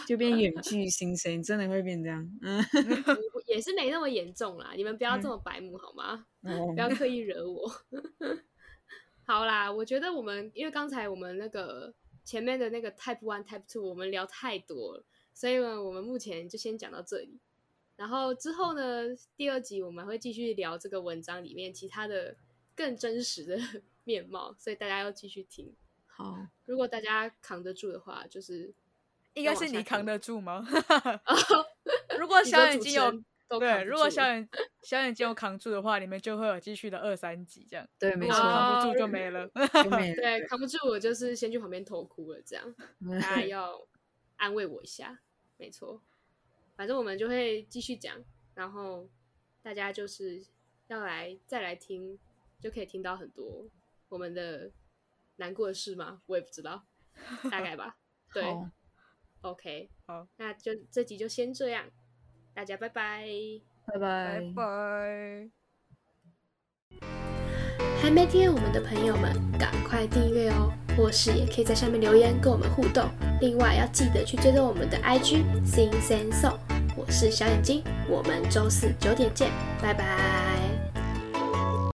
Speaker 2: 就变远距新生，真的会变这样。
Speaker 1: [LAUGHS]
Speaker 2: 嗯，
Speaker 1: 我也是没那么严重啦，你们不要这么白目好吗？
Speaker 2: 哦
Speaker 1: 不
Speaker 3: 嗯
Speaker 1: 要刻意惹我。 [LAUGHS] 好啦，我觉得我们因为刚才我们那个前面的那个 Type One、Type Two 我们聊太多了，所以呢，我们目前就先讲到这里。然后之后呢，第二集我们会继续聊这个文章里面其他的更真实的 [LAUGHS] 面貌，所以大家要继续听。
Speaker 2: 好，
Speaker 1: 如果大家扛得住的话，就是
Speaker 3: 应
Speaker 1: 要
Speaker 3: 该
Speaker 1: 往
Speaker 3: 是
Speaker 1: 下听
Speaker 3: 你
Speaker 1: [LAUGHS]
Speaker 3: 扛得
Speaker 2: [LAUGHS]
Speaker 3: 住吗？如
Speaker 1: 你说
Speaker 3: 果小眼
Speaker 1: 主
Speaker 3: 睛
Speaker 1: 持
Speaker 3: 有
Speaker 1: 人都扛
Speaker 3: 对，
Speaker 1: 不
Speaker 3: 如果
Speaker 1: 住
Speaker 3: 小眼小眼睛有扛住的话，你们就会有继续的二三集这样。
Speaker 2: 对，没
Speaker 3: 如
Speaker 2: 错
Speaker 3: 果，扛不
Speaker 1: 哦
Speaker 3: 住就没了。
Speaker 2: 就没了。
Speaker 1: 对扛不住，我就是先去旁边偷哭了，这样。
Speaker 2: 嗯
Speaker 1: 大家要安慰我一下，没错。反正我们就会继续讲，然后大家就是要来再来听，就可以听到很多我们的难过的事吗？我也不知道，大概吧。对
Speaker 2: 好
Speaker 1: ，OK，
Speaker 3: 好，
Speaker 1: 那就这集就先这样，大家拜拜。
Speaker 2: 拜
Speaker 3: 拜
Speaker 2: 拜。
Speaker 3: [LAUGHS] 拜。
Speaker 1: 还没订阅我们的朋友们，赶快订阅哦！或是也可以在下面留言跟我们互动。另外要记得去追踪我们的 IG Sing Sing Song。我是小眼睛，我们周四九点见，拜拜。